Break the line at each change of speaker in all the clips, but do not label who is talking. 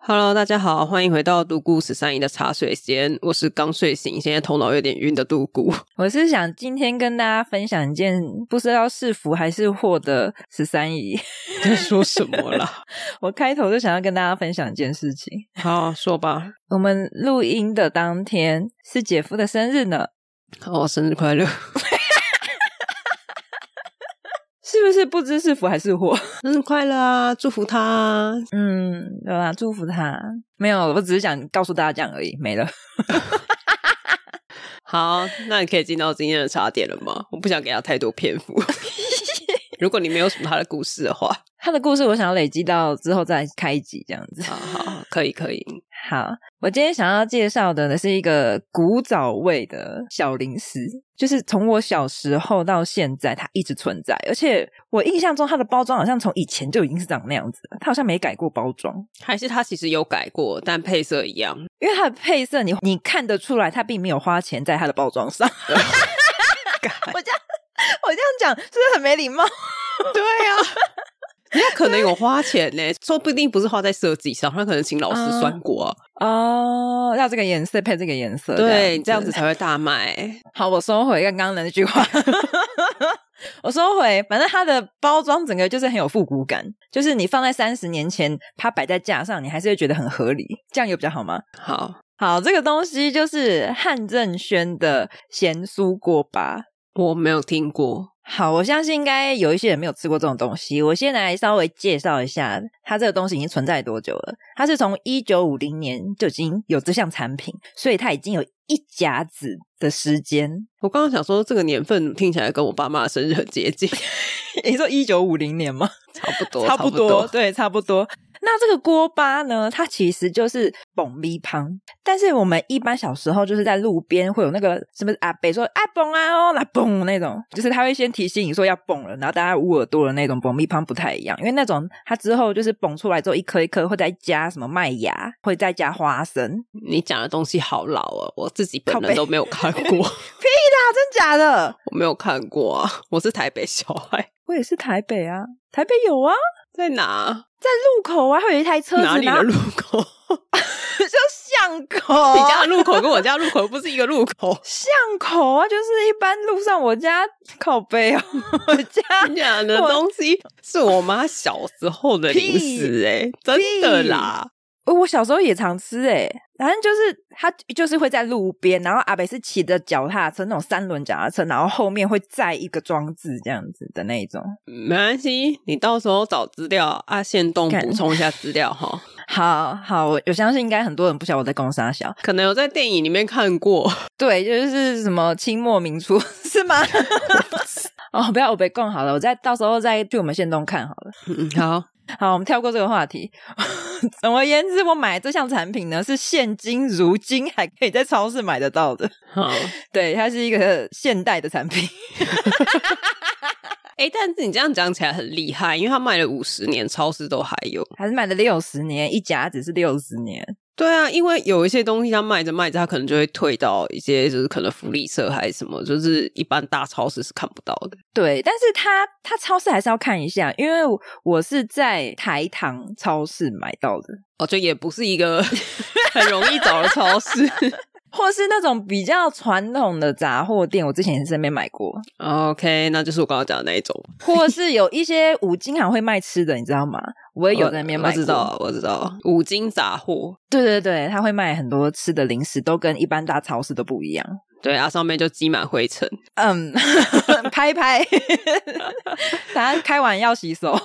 Hello，大家好，欢迎回到独孤十三姨的茶水间。我是刚睡醒，现在头脑有点晕的独孤。
我是想今天跟大家分享一件不知道是福还是祸的十三姨。
在说什么啦？
我开头就想要跟大家分享一件事情。
好，说吧。
我们录音的当天是姐夫的生日呢，
哦，生日快乐！
是不是不知是福还是祸？
生日快乐啊！祝福他啊！
嗯，对吧？祝福他。没有，我只是想告诉大家这样而已，没了。
好，那你可以进到今天的茶点了吗？我不想给他太多篇幅。 如果你没有什么他的故事的话，
他的故事我想要累积到之后再开一集这样子。
好好，可以可以。
好，我今天想要介绍的呢是一个古早味的小零食，就是从我小时候到现在，它一直存在。而且我印象中它的包装好像从以前就已经是长那样子了，它好像没改过包装，
还是他其实有改过，但配色一样。
因为它的配色你你看得出来，它并没有花钱在它的包装上。 我这样我这样讲是不是很没礼貌？
对啊， 人家可能有花钱呢，说不定不是花在设计上，他可能请老师算过啊。
哦，要这个颜色配这个颜色，
对，这样子才会大卖。
好，我收回刚刚的那句话。 我收回，反正它的包装整个就是很有复古感，就是你放在三十年前，它摆在架上，你还是会觉得很合理，这样有比较好吗？
好，
好，这个东西就是汉正轩的咸酥锅巴。
我没有听过。
好，我相信应该有一些人没有吃过这种东西。我先来稍微介绍一下，它这个东西已经存在多久了？它是从一九五零年就已经有这项产品，所以它已经有一甲子的时间。
我刚刚想说，这个年份听起来跟我爸妈的生日很接近，
你说一九五零年吗？
差不多，
差
不
不多，。对，差不多。那这个锅巴呢，它其实就是蹦咪汤，但是我们一般小时候就是在路边会有那个什么阿北说啊蹦啊哦啦蹦那种，就是他会先提醒你说要蹦了，然后大家捂耳朵的那种蹦咪汤不太一样，因为那种它之后就是蹦出来之后一颗一颗会再加什么麦芽，会再加花生，
你讲的东西好老啊，我自己本
靠
人
背
都没有看过， 我
啊，真假的？
没有看过啊。我是台北小孩，
我也是台北啊，台北有啊，
在哪？
在路口啊，会有一台车子，哦
哪里
然
的
后
路口？
就巷口，。
你家的路口跟我家路口不是一个路口
巷口啊，就是一般路上我家靠背哦， 我家
你讲的东西是我妈小时候的零食、欸，真的啦。
我小时候也常吃诶、反正就是他就是会在路边，然后阿北是骑着脚踏车那种三轮脚踏车，然后后面会载一个装置这样子的那一种。
没关系，你到时候找资料啊，现动
干
补充一下资料哈。
好好，我我相信应该很多人不晓得我在攻沙小，
可能有在电影里面看 过，
对，就是什么清末明初 是吗？哦，不要我被供好了，我再到时候再去我们县东看好了。
嗯，好，
好，我们跳过这个话题。 总而言之，我买这项产品呢是现金，如今还可以在超市买得到的。
好。
对，它是一个现代的产品。
哎、但是你这样讲起来很厉害，因为他卖了五十年，超市都还有。
还是买了六十年，一夹子是六十年。
对啊，因为有一些东西它卖着卖着，它可能就会退到一些就是可能福利社还是什么，就是一般大超市是看不到的。
对，但是它它超市还是要看一下，因为我我是在台糖超市买到的，
哦，就也不是一个 很容易找的超市。
或是那种比较传统的杂货店，我之前也是在那边买过，
OK，那就是我刚刚讲的那一种。
或是有一些五金行会卖吃的，你知道吗？我也有在那边
呃我
买
我知
过
道，我知道，五金杂货。
对对对，他会卖很多吃的零食，都跟一般大超市都不一样。
对啊，上面就积满灰尘。
嗯， 拍拍， 大家开完要洗手。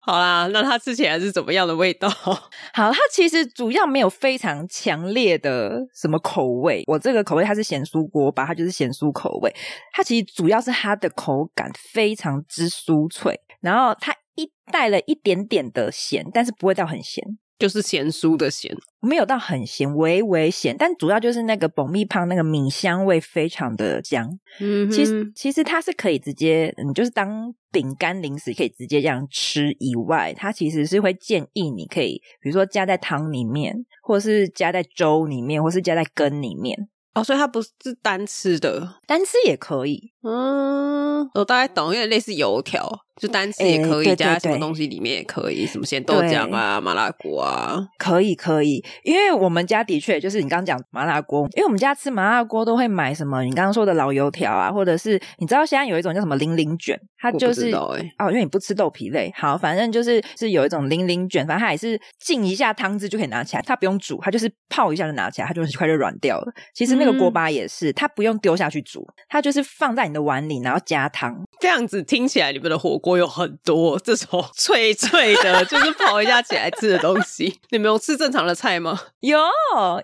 好啦，那它吃起来是怎么样的味道？
好，它其实主要没有非常强烈的什么口味，我这个口味它是咸酥锅巴，它就是咸酥口味。它其实主要是它的口感非常之酥脆，然后它一带了一点点的咸，但是不会到很咸。
就是咸酥的咸。
没有到很咸，微微咸，但主要就是那个保密胖那个米香味非常的香，
嗯
其实其实它是可以直接，你就是当饼干零食可以直接这样吃以外，它其实是会建议你可以，比如说加在汤里面，或是加在粥里面，或是加在羹里面，
哦，所以它不是单吃的。
单吃也可以。
嗯，我大概懂，有点类似油条。就单吃也
诶
可以，
哦哎对对
加什么
对
东西里面也可以，什么咸豆浆啊、麻辣锅啊，
可以可以，因为我们家的确就是你刚刚讲麻辣锅，因为我们家吃麻辣锅都会买什么你刚刚说的老油条啊，或者是你知道现在有一种叫什么零零卷，它
我
就
不
是
知道哎、
哦，因为你不吃豆皮类，好，反正就是是有一种零零卷，反正它也是浸一下汤汁就可以拿起来，它不用煮，它就是泡一下就拿起来，它就很快就软掉了。其实那个锅巴也是，它不用丢下去煮，它就是放在你的碗里，然后加汤。
这样子听起来你们的火锅有很多这种脆脆的，就是跑一下起来吃的东西。 你们有吃正常的菜吗？
有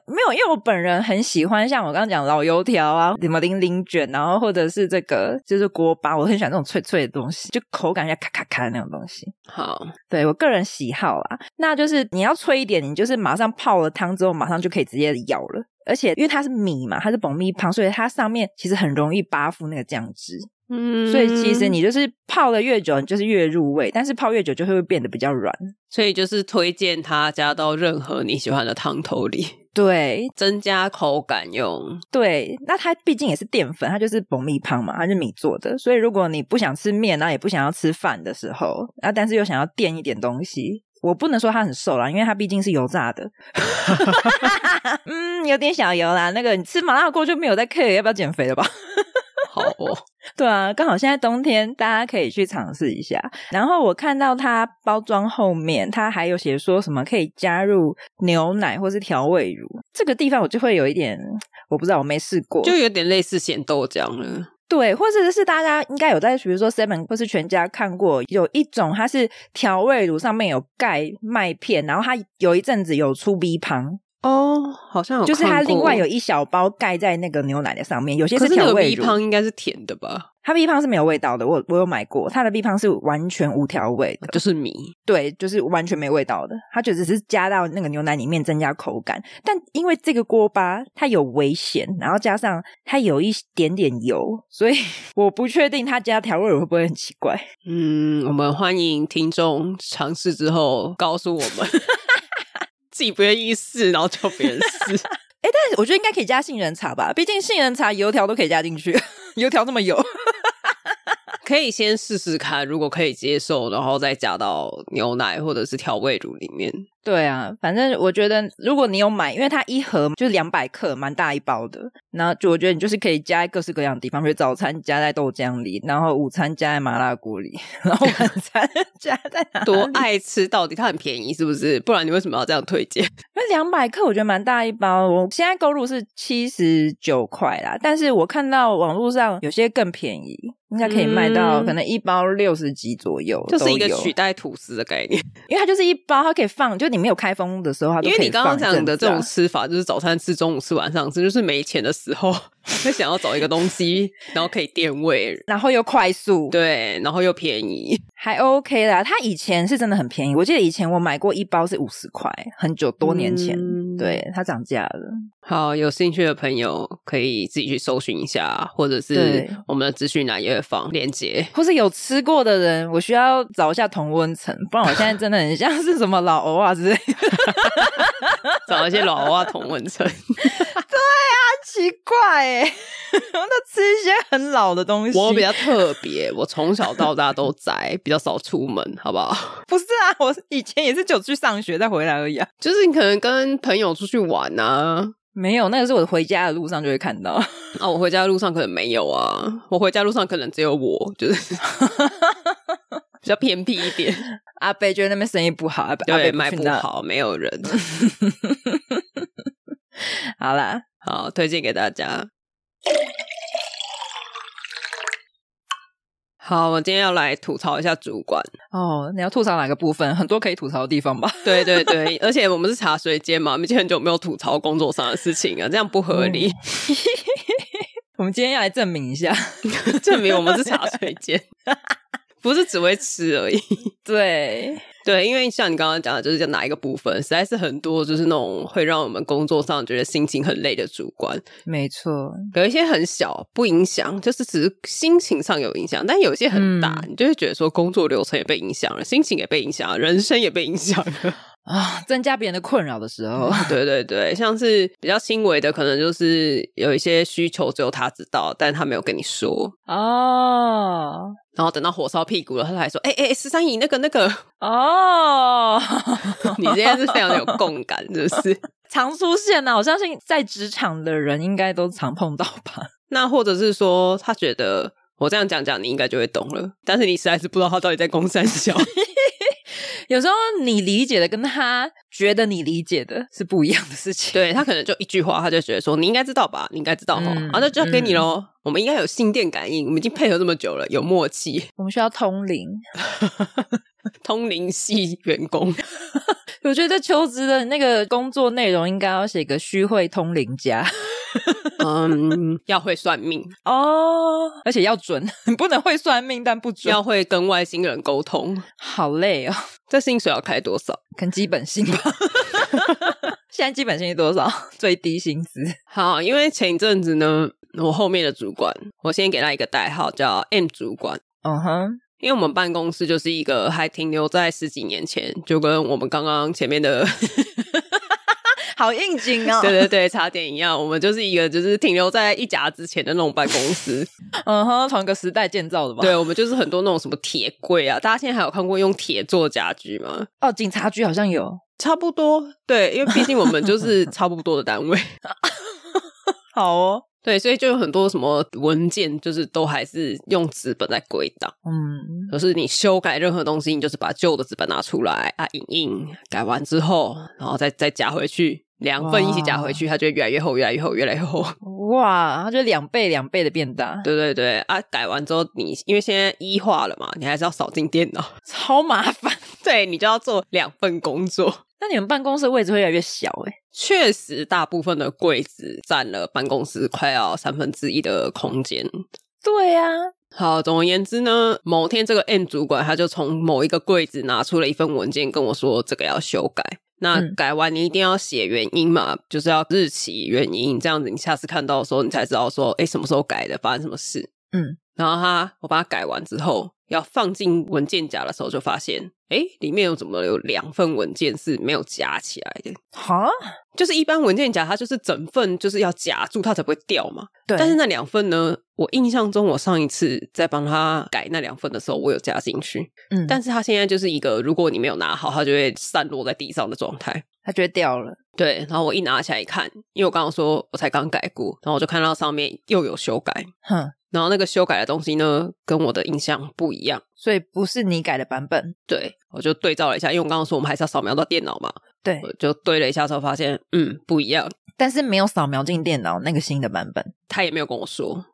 没有？因为我本人很喜欢，像我刚刚讲老油条啊，什么零零卷，然后或者是这个就是锅巴，我很喜欢这种脆脆的东西，就口感要咔咔咔的那种东西。
好，
对我个人喜好啦，那就是你要脆一点，你就是马上泡了汤之后，马上就可以直接舀了。而且因为它是米嘛，它是膨米汤，所以它上面其实很容易扒附那个酱汁，
嗯
所以其实，你就是泡的越久，你就是越入味，但是泡越久就会变得比较软。
所以就是推荐它加到任何你喜欢的汤头里，
对
增加口感用。
对，那它毕竟也是淀粉，它就是膨米汤嘛，它是米做的，所以如果你不想吃面，然后也不想要吃饭的时候，啊，但是又想要垫一点东西。我不能说它很瘦啦，因为它毕竟是油炸的，嗯，有点小油啦。那个你吃麻辣锅就没有在 care 要不要减肥了吧？
好哦，
对啊，刚好现在冬天，大家可以去尝试一下。然后我看到它包装后面，它还有写说什么可以加入牛奶或是调味乳，这个地方我就会有一点，我不知道，我没试过，
就有点类似咸豆浆了。
对，或者是大家应该有在比如说 Seven 或是全家看过，有一种它是调味乳上面有盖麦片，然后它有一阵子有出 B 旁，
哦，好像有
就是它
看过
另外有一小包盖在那个牛奶的上面，有些
可是那
调
个
味
米
乳。
汤应该是甜的吧？
它 B 旁是没有味道的，我我有买过，它的 B 旁是完全无调味的，
就是米，
对，就是完全没味道的，它就只是加到那个牛奶里面增加口感。但因为这个锅巴它有危险，然后加上它有一点点油，所以 我不确定它加调味乳会不会很奇怪。
嗯，我们欢迎听众尝试之后告诉我们， 自己不愿意试，然后叫别人试。
哎，但是我觉得应该可以加杏仁茶吧，毕竟杏仁茶油条都可以加进去， 油条那么油。
可以先试试看，如果可以接受，然后再加到牛奶或者是调味乳里 面。
对啊，反正我觉得如果你有买，因为它一盒就是两百克，蛮大一包的。然后就我觉得你就是可以加在各式各样的地方，比如早餐加在豆浆里，然后午餐加在麻辣锅里， 然后晚餐加在哪里
多爱吃到底，它很便宜是不是？不然你为什么要这样推荐？
那 两百克我觉得蛮大一包，哦我现在购入是七十九块啦，但是我看到网络上有些更便宜，应该可以卖到
嗯
可能一包六十几左右，
就是一个
都有
取代吐司的概念，
因为它就是一包，它可以放，就你没有开封的时候，它都
因为
可以
你刚刚
放一
讲的
阵子
这
啊
种吃法，就是早餐吃、中午吃、晚上吃，就是没钱的时候会想要找一个东西，然后可以垫胃，
然后又快速，
对，然后又便宜。
还 OK 啦。它以前是真的很便宜，我记得以前我买过一包是五十块，很久多年前，
嗯
对，它涨价了。
好，有兴趣的朋友可以自己去搜寻一下，或者是
对
我们的资讯栏也会放链接。
或是有吃过的人，我需要找一下同温层，不然我现在真的很像是什么老欧啊之类的，
找一些老蛙同文层，
奇怪哎、 我都吃一些很老的东西。
我比较特别，我从小到大都宅，比较少出门，好不好？
不是啊，我以前也是只有去上学再回来而已啊。
就是你可能跟朋友出去玩啊，
没有，那个是我回家的路上就会看到。
啊，我回家路上可能没有啊，我回家路上可能只有我，就是 比较偏僻一点，
阿贝觉得那边生意不好，阿贝阿
对，
贝
卖
去
不
那。
好，没有人。
好啦，
好，推荐给大家。好，我今天要来吐槽一下主管。
哦，你要吐槽哪个部分？很多可以吐槽的地方吧？
对对对，而且我们是茶水间嘛，我们已经很久没有吐槽工作上的事情了，这样不合理，
我们今天要来证明一下。
证明我们是茶水间， 不是只会吃而已。
对，
对，因为像你刚刚讲的，就是哪一个部分，实在是很多，就是那种会让我们工作上觉得心情很累的主观，
没错，
有一些很小不影响，就是只是心情上有影响，但有一些很大，你就会觉得说工作流程也被影响了，心情也被影响了，人生也被影响了。
啊、增加别人的困扰的时候，
对对对，像是比较轻微的，可能就是有一些需求只有他知道，但他没有跟你说。
哦，
然后等到火烧屁股了，他还说：“哎哎，哎十三姨，那个那个，
哦，
你今天是非常的有共感，是不是？
常出现啊呢、我相信在职场的人应该都常碰到吧。
那或者是说，他觉得我这样讲讲，你应该就会懂了，但是你实在是不知道他到底在攻三小。
有时候你理解的跟他觉得你理解的是不一样的事情。
对他可能就一句话，他就觉得说你应该知道吧，你应该知道哈，
嗯
啊，那就给你喽。我们应该有心电感应，我们已经配合这么久了，有默契，
我们需要通灵。
通灵系员 工。
我觉得求职的那个工作内容应该要写个虚会通灵家
嗯，要会算命，
哦，而且要准， 不能会算命但不准，
要会跟外星人沟通。
好累哦。
这薪水要开多少？
看基本薪吧， 现在基本薪是多少？ 最低薪资
好，因为前一阵子呢，我后面的主管，我先给他一个代号叫 M 主管，
嗯哼，
因为我们办公室就是一个还停留在十几年前，就跟我们刚刚前面的
好应景 哦
对对对茶点一样，我们就是一个就是停留在一甲之前的那种办公 室。
嗯哼，同一个时代建造的吧？
对，我们就是很多那种什么铁柜啊，大家现在还有看过用铁做家具吗？
哦，警察局好像有，
差不多，对，因为毕竟我们就是差不多的单位。
好哦，
对，所以就有很多什么文件，就是都还是用纸本在归档。
嗯，
可是你修改任何东西，你就是把旧的纸本拿出来啊，影印，改完之后，然后再再夹回去，两份一起夹回去，它就会越来越厚，越来越厚，越来越厚。
哇，它就两倍两倍的变大，
对对对啊，改完之后你因为现在一化了嘛，你还是要扫进电脑，
超麻烦。
对你就要做两份工作。
那你们办公室位置会越来越小哎、
确实，大部分的柜子占了办公室快要三分之一的空间。
对呀、
好，总而言之呢，某天这个 M 主管他就从某一个柜子拿出了一份文件跟我说，这个要修改。那
嗯
改完你一定要写原因嘛，就是要日期、原因，这样子你下次看到的时候，你才知道说，哎、什么时候改的，发生什么事。
嗯，
然后他我把它改完之后，要放进文件夹的时候，就发现，哎、里面有怎么有两份文件是没有夹起来的？
哈，
就是一般文件夹它就是整份就是要夹住，它才不会掉嘛。
对，
但是那两份呢，我印象中我上一次在帮他改那两份的时候，我有加进去。
嗯，
但是他现在就是一个，如果你没有拿好，它就会散落在地上的状态。
它就会掉了，
对，然后我一拿起来一看，因为我刚刚说我才刚改过，然后我就看到上面又有修改，
哼，
然后那个修改的东西呢，跟我的印象不一样。
所以不是你改的版本，
对，我就对照了一下，因为我刚刚说我们还是要扫描到电脑嘛，
对，
我就对了一下之后发现，嗯，不一样。
但是没有扫描进电脑那个新的版本，
他也没有跟我说。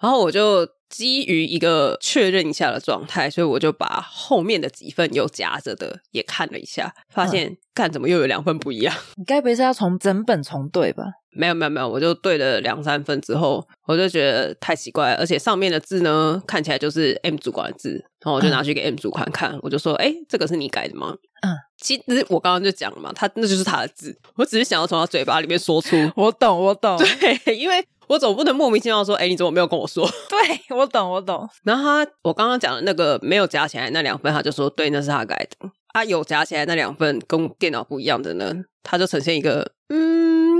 然后我就基于一个确认一下的状态，所以我就把后面的几份有夹着的也看了一下，发现干、怎么又有两份不一样？
你该不会是要从整本重对吧？
没有没有没有，我就对了两三份之后，我就觉得太奇怪了，而且上面的字呢看起来就是 M 主管的字，然后我就拿去给 M 主管看，我就说：“哎、这个是你改的吗？”
嗯，
其实我刚刚就讲了嘛，他那就是他的字，我只是想要从他嘴巴里面说出，
我懂，我懂，
对，因为我总不能莫名其妙地说：“哎、你怎么没有跟我说？”
对，我懂，我懂，
然后他，我刚刚讲的那个没有夹起来那两份，他就说对，那是他改的。他、有夹起来那两份跟电脑不一样的呢，他就呈现一个嗯，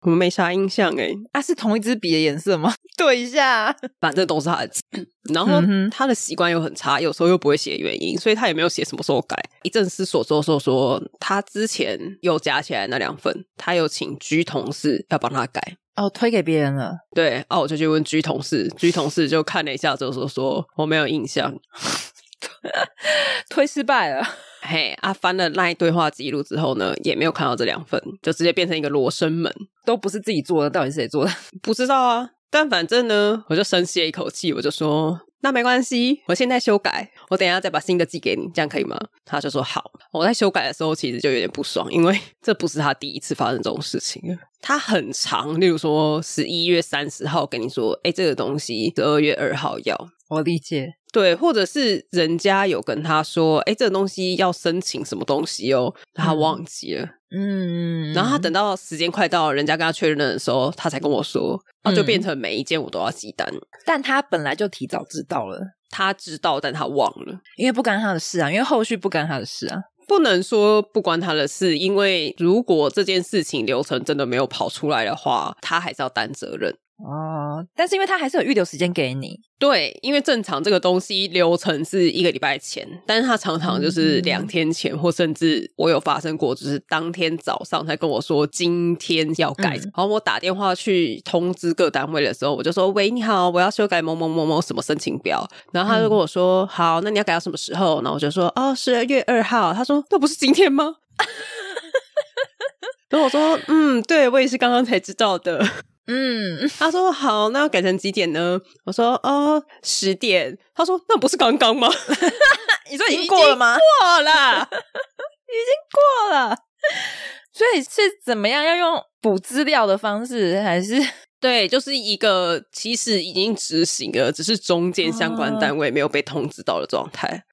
我们没啥印象欸诶，
啊，是同一支笔的颜色吗？ 对一下，
反正都是他的字。 然后
嗯哼
他的习惯又很差，有时候又不会写原因，所以他也没有写什么时候改。一阵思索之后说说，他之前有夹起来那两份，他有请 G 同事要帮他改。
哦，推给别人了，
对，啊，我就去问 G 同事，G 同事就看了一下之后说说我没有印象，
推失败了，
嘿，啊，翻了那一对话记录之后呢，也没有看到这两份，就直接变成一个罗生门，
都不是自己做的，到底是谁 做的？
不知道啊。但反正呢，我就深吸了一口气，我就说那没关系，我现在修改，我等一下再把新的寄给你，这样可以吗？他就说好。我在修改的时候其实就有点不爽，因为这不是他第一次发生这种事情。他很长，例如说十一月三十号跟你说，哎、这个东西十二月二号要，
我理解，
对，或者是人家有跟他说，哎，这个东西要申请什么东西哦，他忘记了。
嗯，
然后他等到时间快到，人家跟他确认的时候，他才跟我说，那就
嗯
变成每一件我都要记单。
但他本来就提早知道了，
他知道，但他忘了。
因为不干他的事啊，因为后续不干他的事啊。
不能说不关他的事，因为如果这件事情流程真的没有跑出来的话，他还是要担责任。
哦，但是因为他还是有预留时间给你，
对，因为正常这个东西流程是一个礼拜前，但是他常常就是两天前，或甚至我有发生过，就是当天早上才跟我说今天要改。
嗯
然后我打电话去通知各单位的时候，我就说：“喂，你好，我要修改某某某某什么申请表。”然后他就跟我说：“好，那你要改到什么时候？”然后我就说：“哦，十二月二号。”他说：“那不是今天吗？” 然后我说：“嗯，对，我也是刚刚才知道的。”
嗯，
他说好，那要改成几点呢？我说哦，十点。他说那不是刚刚吗？
你说已经过了吗？
错 了，
过了，所以是怎么样？要用补资料的方式，还是
对，就是一个其实已经执行了，只是中间相关单位没有被通知到的状态。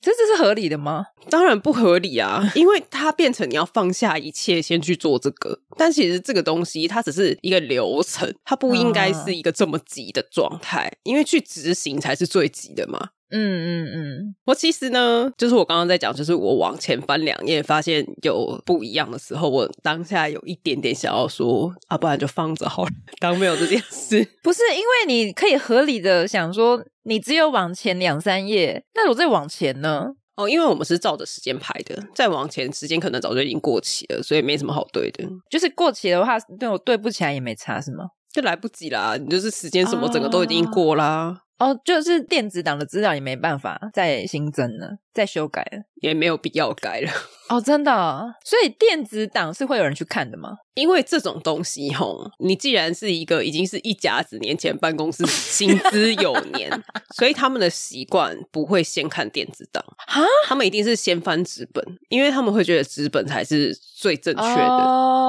这这是合理的吗？
当然不合理啊， 因为它变成你要放下一切先去做这个，但其实这个东西它只是一个流程，它不应该是一个这么急的状态，因为去执行才是最急的嘛。
嗯嗯嗯，
我其实呢，就是我刚刚在讲，就是我往前翻两页，发现有不一样的时候，我当下有一点点想要说啊，不然就放着好了，当没有这件事。
不是，因为你可以合理的想说，你只有往前两三页，那如果再往前呢？
哦，因为我们是照着时间排的，再往前时间可能早就已经过期了，所以没什么好对的，
就是过期的话，对我对不起来也没差，是吗？
就来不及啦。你就是时间什么整个都已经过啦，
哦，就是电子档的资料也没办法再新增了，再修改了。
也没有必要改了。
哦，真的哦、所以电子档是会有人去看的吗？
因为这种东西吼，你既然是一个已经是一甲子年前办公室薪资有年，所以他们的习惯不会先看电子档
啊，
他们一定是先翻纸本，因为他们会觉得纸本才是最正确的。
哦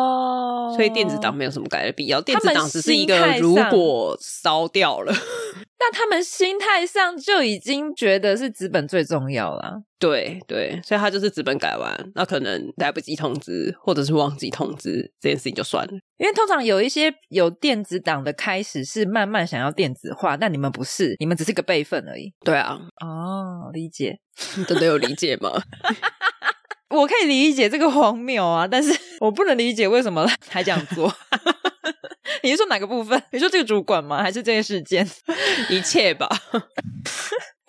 所以电子档没有什么改的必要，电
他
子
们
档只是一
心
个
态上
如果烧掉了，
那他们心态上就已经觉得是资本最重要啦。
对对，所以他就是纸本改完，那可能来不及通知，或者是忘记通知这件事情就算了。
因为通常有一些有电子档的开始是慢慢想要电子化，但你们不是，你们只是个备份而已。
对啊，
哦，理解，
你真的有理解吗？
我可以理解这个荒谬啊，但是 我不能理解为什么 还这样做。你是说哪个部分？你说这个主管吗？还是这个事件？
一切吧。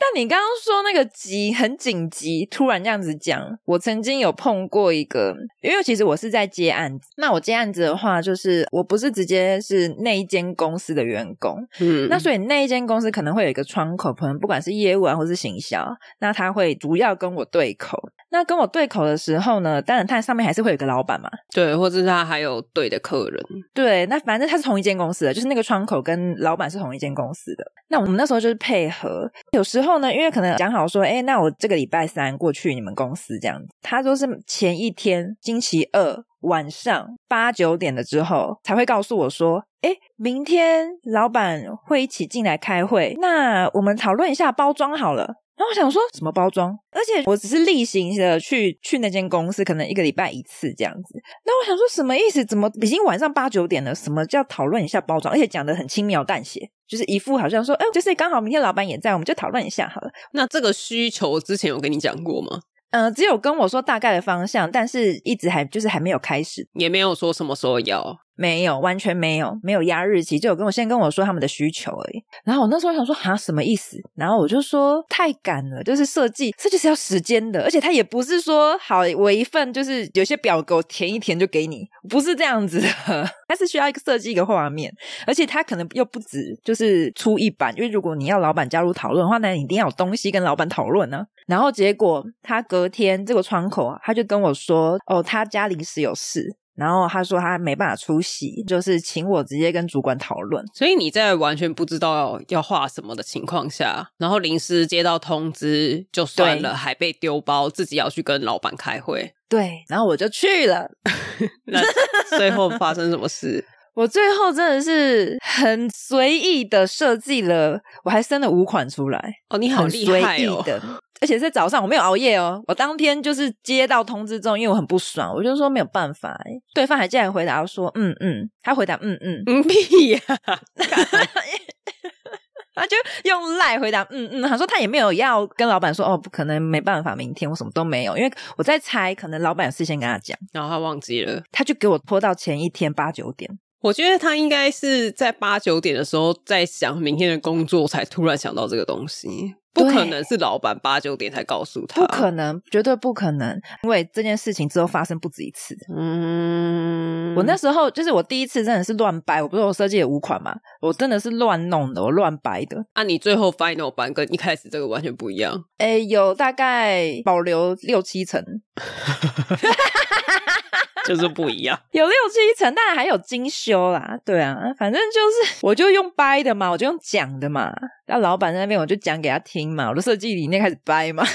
但你刚刚说那个急很紧急，突然这样子讲，我曾经有碰过一个，因为其实我是在接案子，那我接案子的话，就是我不是直接是那一间公司的员工，
嗯，
那所以那一间公司可能会有一个窗口，可能不管是业务啊或是行销，那他会主要跟我对口。那跟我对口的时候呢，当然他上面还是会有一个老板嘛，
对，或者是他还有对的客人，
对，那反正它是同一间公司的，就是那个窗口跟老板是同一间公司的。那我们那时候就是配合，有时候呢，因为可能讲好说，哎，那我这个礼拜三过去你们公司这样子，他都是前一天星期二晚上八九点了之后才会告诉我说。哎，明天老板会一起进来开会，那我们讨论一下包装好了。然后我想说什么包装？而且我只是例行的去去那间公司，可能一个礼拜一次这样子。那我想说什么意思？怎么已经晚上八九点了？什么叫讨论一下包装？而且讲的很轻描淡写，就是一副好像说，哎、就是刚好明天老板也在，我们就讨论一下好了。
那这个需求之前有跟你讲过吗？
呃，只有跟我说大概的方向，但是一直还就是还没有开始，
也没有说什么时候要，
没有，完全没有，没有压日期，就有跟我先跟我说他们的需求而已。然后我那时候想说，哈，什么意思？然后我就说太赶了，就是设计，设计是要时间的，而且他也不是说好我一份就是有些表格我填一填就给你，不是这样子的， 他是需要一个设计一个画面，而且他可能又不止就是出一版，因为如果你要老板加入讨论的话，那你一定要有东西跟老板讨论呢、啊然后结果他隔天这个窗口啊，他就跟我说，哦，他家临时有事，然后他说他没办法出席，就是请我直接跟主管讨论。
所以你在完全不知道要画什么的情况下，然后临时接到通知就算了，
对
还被丢包，自己要去跟老板开会，
对，然后我就去了。
那最后发生什么事？
我最后真的是很随意的设计了，我还生了五款出来，
哦，你好
很
厉
随
害
意
哦！
的。而且在早上我没有熬夜哦，我当天就是接到通知之后，因为我很不爽，我就说没有办法欸。对方还竟然回答说嗯嗯，他回答嗯嗯，
嗯屁呀、
他就用赖回答，嗯嗯，他说他也没有要跟老板说，哦，不可能，没办法，明天我什么都没有，因为我在猜，可能老板有事先跟他讲，
然后他忘记了，
他就给我拖到前一天八九点，
我觉得他应该是在八九点的时候在想明天的工作，才突然想到这个东西。不可能是老板八九点才告诉他，
不可能，绝对不可能，因为这件事情之后发生不止一次。
嗯，
我那时候就是我第一次真的是乱掰，我不是我设计的五款嘛，我真的是乱弄的，我乱掰的。
啊，你最后 final 版跟一开始这个完全不一样，
诶，有大概保留六七成，
就是不一样。
有六七成，当然还有精修啦。对啊，反正就是我就用掰的嘛，我就用讲的嘛。那老板在那边我就讲给他听嘛，我的设计理念开始掰嘛。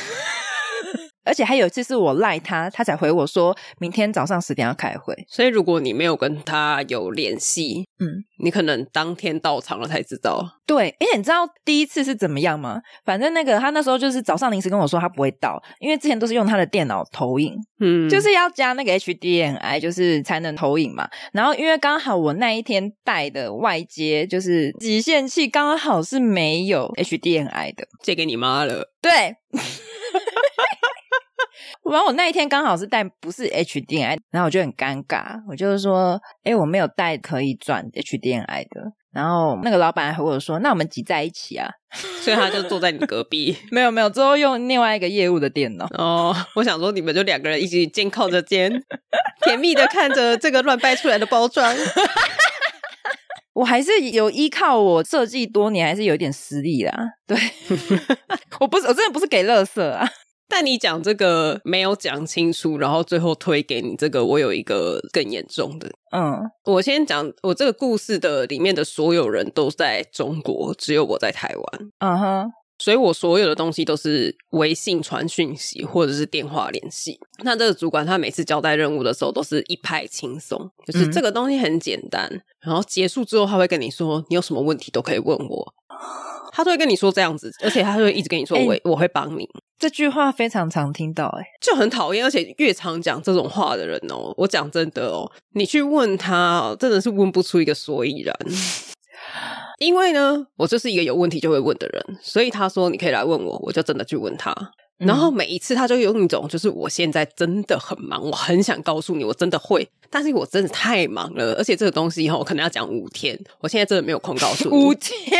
而且还有一次是我赖他，他才回我说明天早上十点要开会。
所以如果你没有跟他有联系，
嗯，
你可能当天到场了才知道。
对，而且你知道第一次是怎么样吗？反正那个他那时候就是早上临时跟我说他不会到，因为之前都是用他的电脑投影，
嗯，
就是要加那个 HDMI，就是才能投影嘛。然后因为刚好我那一天带的外接就是极限器，刚好是没有 HDMI 的，
借给你妈了。
对。 然后我那一天刚好是带不是 HDMI，然后我就很尴尬，我就是说，哎、我没有带可以转 HDMI 的。然后那个老板还和我说，那我们挤在一起啊？
所以他就坐在你隔 壁
没有没有，最后用另外一个业务的电脑。
哦。我想说，你们就两个人一起肩靠着肩，甜蜜的看着这个乱掰出来的包装。
我还是有依靠我设计多年，还是有点实力啦。 对，我不是我真的不是给乐色啊。
但你讲这个没有讲清楚，然后最后推给你这个，我有一个更严重的。
嗯，
我先讲，我这个故事的里面的所有人都在中国，只有我在台湾，
嗯哼，
所以我所有的东西都是微信传讯息或者是电话联系。那这个主管他每次交代任务的时候，都是一派轻松，就是
嗯
这个东西很简单。然后结束之后，他会跟你说，你有什么问题都可以问我。他都会跟你说这样子，而且他会一直跟你说
哎
我、我会帮你。
这句话非常常听到、欸，
就很讨厌，而且越常讲这种话的人哦，我讲真的哦，你去问他、哦，真的是问不出一个所以然。因为呢，我就是一个有问题就会问的人，所以他说你可以来问我，我就真的去问他。
嗯
然后每一次他就用一种就是我现在真的很忙，我很想告诉你我真的会，但是我真的太忙了，而且这个东西哈、哦，我可能要讲五天，我现在真的没有空告诉你，
五 天，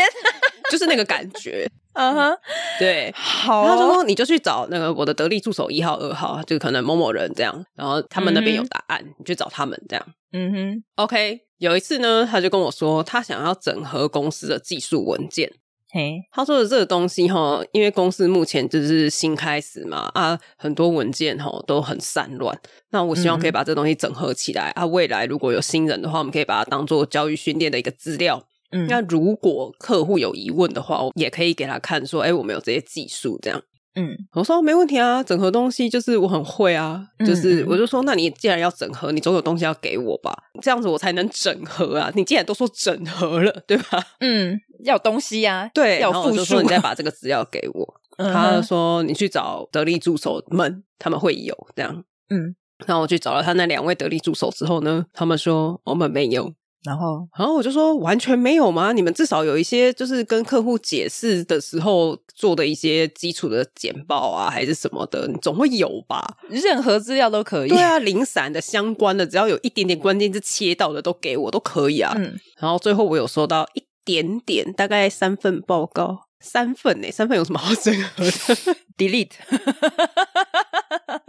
就是那个感觉，
嗯哼，
对。
好
然后他就
哦、
说你就去找那个我的得力助手一号、二号，就可能某某人这样，然后他们那边有
嗯哼
答案，你去找他们这样。
嗯哼，
OK，有一次呢，他就跟我说，他想要整合公司的技术文件。
嘿，
他说的这个东西哈，因为公司目前就是新开始嘛，啊，很多文件哈都很散乱。那我希望
嗯
可以把这东西整合起来、啊，未来如果有新人的话，我们可以把它当做教育训练的一个资料，
嗯，
那如果客户有疑问的话，我也可以给他看说，哎、我们有这些技术这样。
嗯，
我说没问题啊，整合东西就是我很会啊，就是
嗯嗯
我就说，那你既然要整合，你总有东西要给我吧，这样子我才能整合啊。你既然都说整合了，对吧？
嗯，要有东西呀、啊，
对，
要
然
有
后我
复
就
数
说
啊，
你再把这个资料给我。
嗯
他就
哼
说你去找得力助手们，他们会有这样。
嗯，
然后我去找了他那两位得力助手之后呢，他们说我们没有。
然后
然后我就说完全没有吗？你们至少有一些就是跟客户解释的时候做的一些基础的简报啊，还是什么的，你总会有吧？
任何资料都可以，
对啊，零散的、相关的，只要有一点点关键字切到的都给我，都可以啊。
嗯，
然后最后我有收到一点点，大概三份报告，三份呢、三份有什么好整合的？
，delete，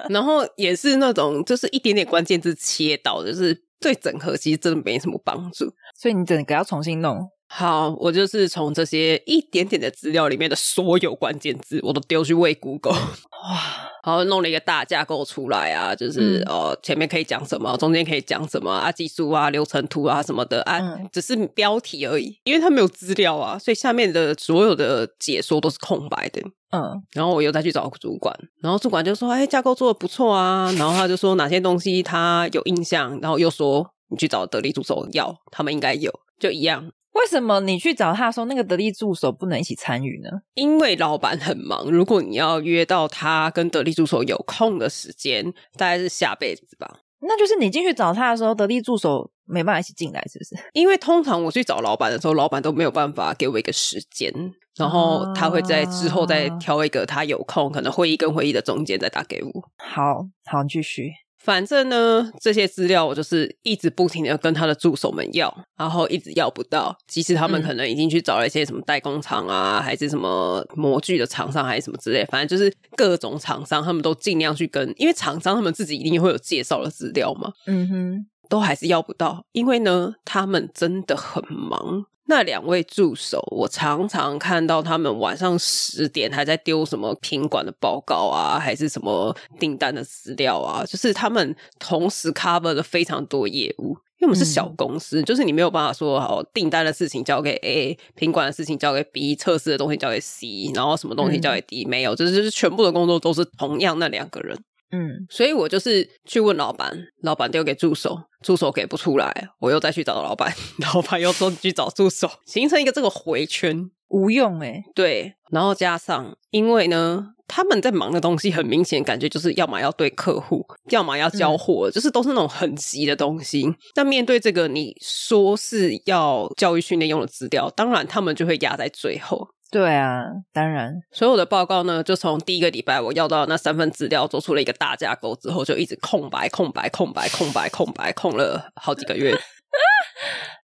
然后也是那种就是一点点关键字切到的，就是对整合其实真的没什么帮助。
所以你整个要重新弄，
好，我就是从这些一点点的资料里面的所有关键字，我都丢去喂 Google，
哇，
然后弄了一个大架构出来啊，就是、
嗯
呃前面可以讲什么，中间可以讲什么啊，技术啊、流程图啊什么的啊，
嗯
只是标题而已，因为它没有资料啊，所以下面的所有的解说都是空白的。
嗯
然后我又再去找主管，然后主管就说：“哎，架构做的不错啊。”然后他就说哪些东西他有印象，然后又说你去找得力助手要，他们应该有，就一样。
为什么你去找他的时候，那个得力助手不能一起参与呢？
因为老板很忙，如果你要约到他跟得力助手有空的时间，大概是下辈子吧。
那就是你进去找他的时候，得力助手没办法一起进来，是不 是？
因为通常我去找老板的时候，老板都没有办法给我一个时间，然后他会在之后再挑一个他有空，可能会议跟会议的中间再打给我。
好好，你继续。
反正呢，这些资料我就是一直不停的跟他的助手们要，然后一直要不到。即使他们
嗯
可能已经去找了一些什么代工厂啊，还是什么模具的厂商，还是什么之类，反正就是各种厂商，他们都尽量去跟，因为厂商他们自己一定会有介绍的资料嘛，
嗯哼，
都还是要不到，因为呢，他们真的很忙。那两位助手，我常常看到他们晚上十点还在丢什么品管的报告啊，还是什么订单的资料啊，就是他们同时 cover 了非常多业务。因为我们是小公司，就是你没有办法说好订单的事情交给 A，品管的事情交给 B，测试的东西交给 C，然后什么东西交给 D，、没有，就是就是全部的工作都是同样那两个人。
嗯
所以我就是去问老板，老板丢给助手，助手给不出来，我又再去找老板， 老板又说你去找助手，形成一个这个回圈。
无用哎、
对，然后加上因为呢，他们在忙的东西很明显，感觉就是要么要对客户，要么要交货，就是都是那种很急的东西。那面对这个，你说是要教育训练用的资料，当然他们就会压在最后。
对啊，当然，
所有的报告呢，就从第一个礼拜我要到那三份资料，做出了一个大架构之后，就一直空白、空白、空白、空白、空白，空了好几个月。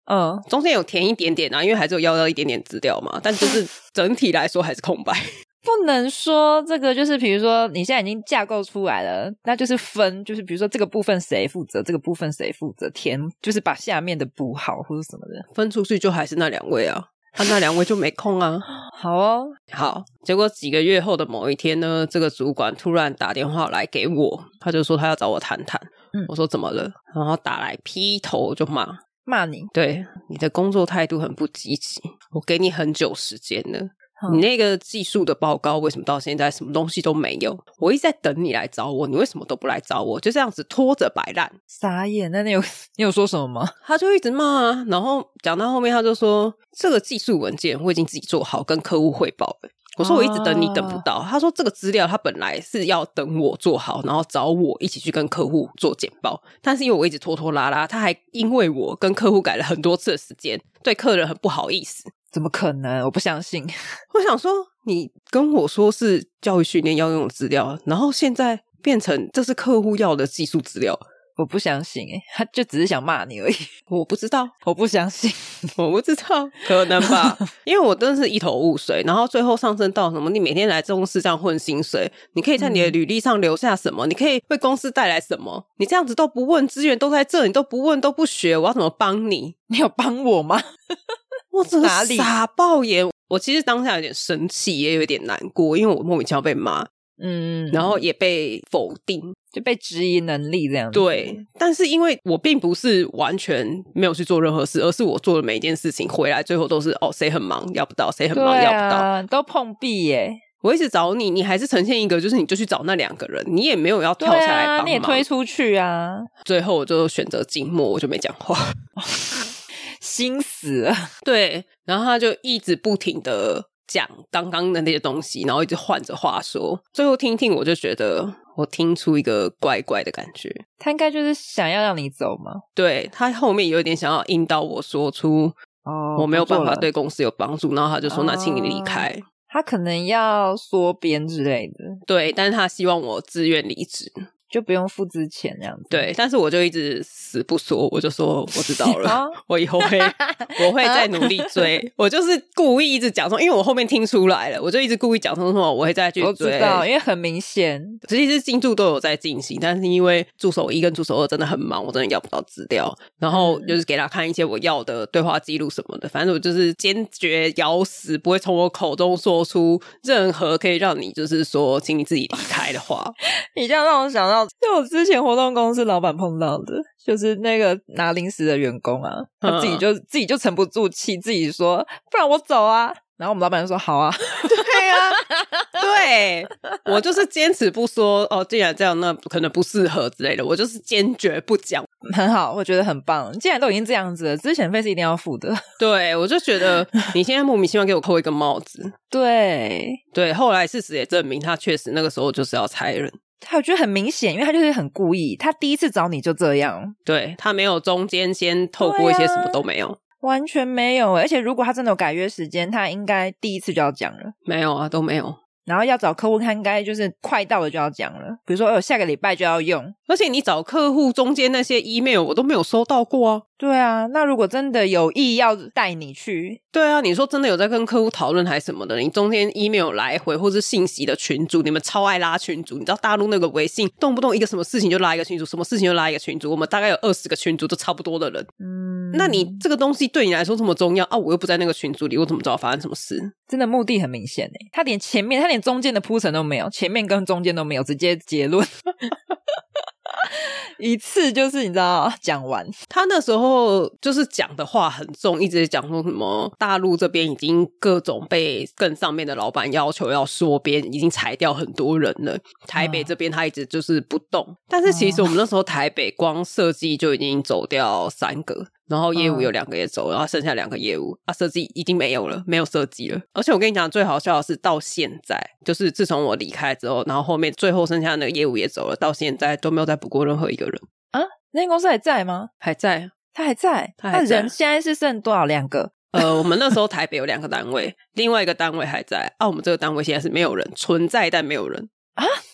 嗯，
中间有填一点点啊，因为还是有要到一点点资料嘛，但就是整体来说还是空白。
不能说这个就是，比如说你现在已经架构出来了，那就是分，就是比如说这个部分谁负责，这个部分谁负责，填就是把下面的补好或者什么的。
分出去就还是那两位啊，他、那两位就没空啊。
好哦，
好，结果几个月后的某一天呢，这个主管突然打电话来给我，他就说他要找我谈谈。
嗯
我说怎么了？然后打来劈头就骂，
骂你，
对你的工作态度很不积极，我给你很久时间了。
嗯
你那个技术的报告为什么到现在什么东西都没有？我一直在等你来找我，你为什么都不来找我？就这样子拖着摆烂，
傻眼。那你有你有说什么吗？
他就一直骂啊。然后讲到后面，他就说这个技术文件我已经自己做好，跟客户汇报了。我说我一直等你等不到，他说这个资料他本来是要等我做好，然后找我一起去跟客户做简报，但是因为我一直拖拖拉拉，他还因为我跟客户改了很多次的时间，对客人很不好意思。
怎么可能？我不相信。
我想说，你跟我说是教育训练要用的资料，然后现在变成这是客户要的技术资料，
我不相信哎、 他就只是想骂你而已。
我不知道，
我不相信，
我不知道，可能吧，因为我真的是一头雾水。然后最后上升到什么？你每天来这公司这样混薪水，你可以在你的履历上留下什么？你可以为公司带来什么？你这样子都不问，资源都在这，你都不问都不学，我要怎么帮你？
你有帮我吗？
我真
哪
的
里
傻爆眼。我其实当下有点生气，也有点难过，因为我莫名其妙被骂，
嗯，
然后也被否定。
就被质疑能力这样子。
对，但是因为我并不是完全没有去做任何事，而是我做的每一件事情回来，最后都是哦，谁很忙要不到，谁很
对
忙、要不到。
啊，都碰壁耶、
我一直找你，你还是呈现一个，就是你就去找那两个人，你也没有要
对
跳下来帮
啊，
忙。
你也推出去啊，
最后我就选择静默，我就没讲话。
心死了。
对，然后他就一直不停的讲刚刚的那些东西，然后一直换着话说。最后听一听，我就觉得我听出一个怪怪的感觉。
他应该就是想要让你走嘛。
对他后面有一点想要引导我说出
哦
我没有办法。
不做了哦
对公司有帮助，然后他就说：“那请你离开。
他可能要缩编之类的，
对，但是他希望我自愿离职。
就不用付之前这样子。
对，但是我就一直死不说，我就说我知道 了
啊，
我以后会我会
嗯
再努力追。我就是故意一直讲说，因为我后面听出来了，我就一直故意讲说什么我会再去
我
追
知。道，因为很明显，
实际是进度都有在进行，但是因为助手一跟助手二真的很忙，我真的要不到资料，然后
嗯
就是给他看一些我要的对话记录什么的。反正我就是坚决咬死不会从我口中说出任何可以让你就是说请你自己离开的 话。
你这样让我想到，就我之前活动公司老板碰到的，就是那个拿零食的员工啊，他自己就、自己就沉不住气，自己说不然我走啊。然后我们老板就说好啊，
对啊，对我就是坚持不说哦，既然这样，那可能不适合之类的，我就是坚决不讲。
很好，我觉得很棒。既然都已经这样子了，之前费是一定要付的。
对我就觉得你现在莫名其妙给我扣一个帽子。
对，
对，后来事实也证明，他确实那个时候就是要裁人。
他我觉得很明显，因为他就是很故意，他第一次找你就这样，
对他没有中间先透过一些什么都没有，
完欸全没有。而且如果他真的有改约时间，他应该第一次就要讲了。
没有啊，都没有。
然后要找客户看，应该就是快到了就要讲了。比如说，哦，下个礼拜就要用。
而且你找客户中间那些 email 我都没有收到过啊。
对啊，那如果真的有意要带你去，
对啊，你说真的有在跟客户讨论还是什么的？你中间 email 来回或是信息的群组，你们超爱拉群组。你知道大陆那个微信，动不动一个什么事情就拉一个群组，什么事情就拉一个群组。我们大概有二十个群组，都差不多的人。
嗯，
那你这个东西对你来说这么重要啊？我又不在那个群组里，我怎么知道发生什么事？
真的目的很明显诶，他连前面他连中间的铺陈都没有，前面跟中间都没有，直接结论。 一次就是你知道讲完，
他那时候就是讲的话很重，一直讲说什么大陆这边已经各种被更上面的老板要求要缩编，已经裁掉很多人了。台北这边他一直就是不动，但是其实我们那时候台北光设计就已经走掉三个。然后业务有两个也走，然后剩下两个业务啊，设计已经没有了，没有设计了。而且我跟你讲，最好笑的是到现在，就是自从我离开之后，然后后面最后剩下那个业务也走了，到现在都没有再补过任何一个人，
那间公司还在吗？
还在。啊
他还在，
他还在
人现在是剩多少两个？
呃，我们那时候台北有两个单位，另外一个单位还在啊。我们这个单位现在是没有人存在，但没有人，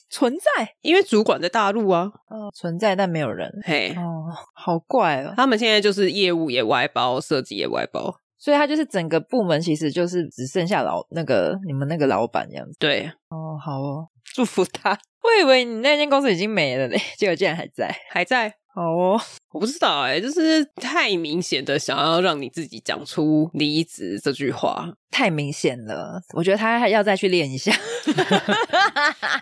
存在，
因为主管在大陆啊。
哦，存在但没有人，
嘿，
哦，好怪哦。
他们现在就是业务也外包，设计也外包。
所以他就是整个部门其实就是只剩下老那个你们那个老板这样子。
对，
哦，好哦， 祝福他。我以为你那间公司已经没了嘞， 结果竟然还在。
还在。
好哦，
我不知道哎、就是太明显的想要让你自己讲出离职这句话，
太明显了，我觉得他还要再去练一下。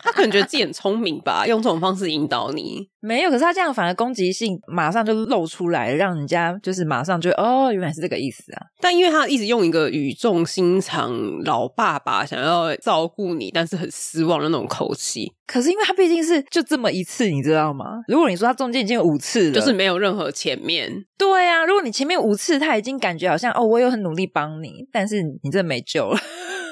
他可能觉得自己很聪明吧，用这种方式引导你。
没有，可是他这样反而攻击性马上就露出来了，让人家就是马上就哦，原来是这个意思啊。
但因为他一直用一个语重心长、老爸爸想要照顾你，但是很失望的那种口气，
可是因为他毕竟是就这么一次，你知道吗？如果你说他中间已经有五次了，
就是没有任何前面。
对啊，如果你前面五次他已经感觉好像哦，我有很努力帮你，但是你真的没救了。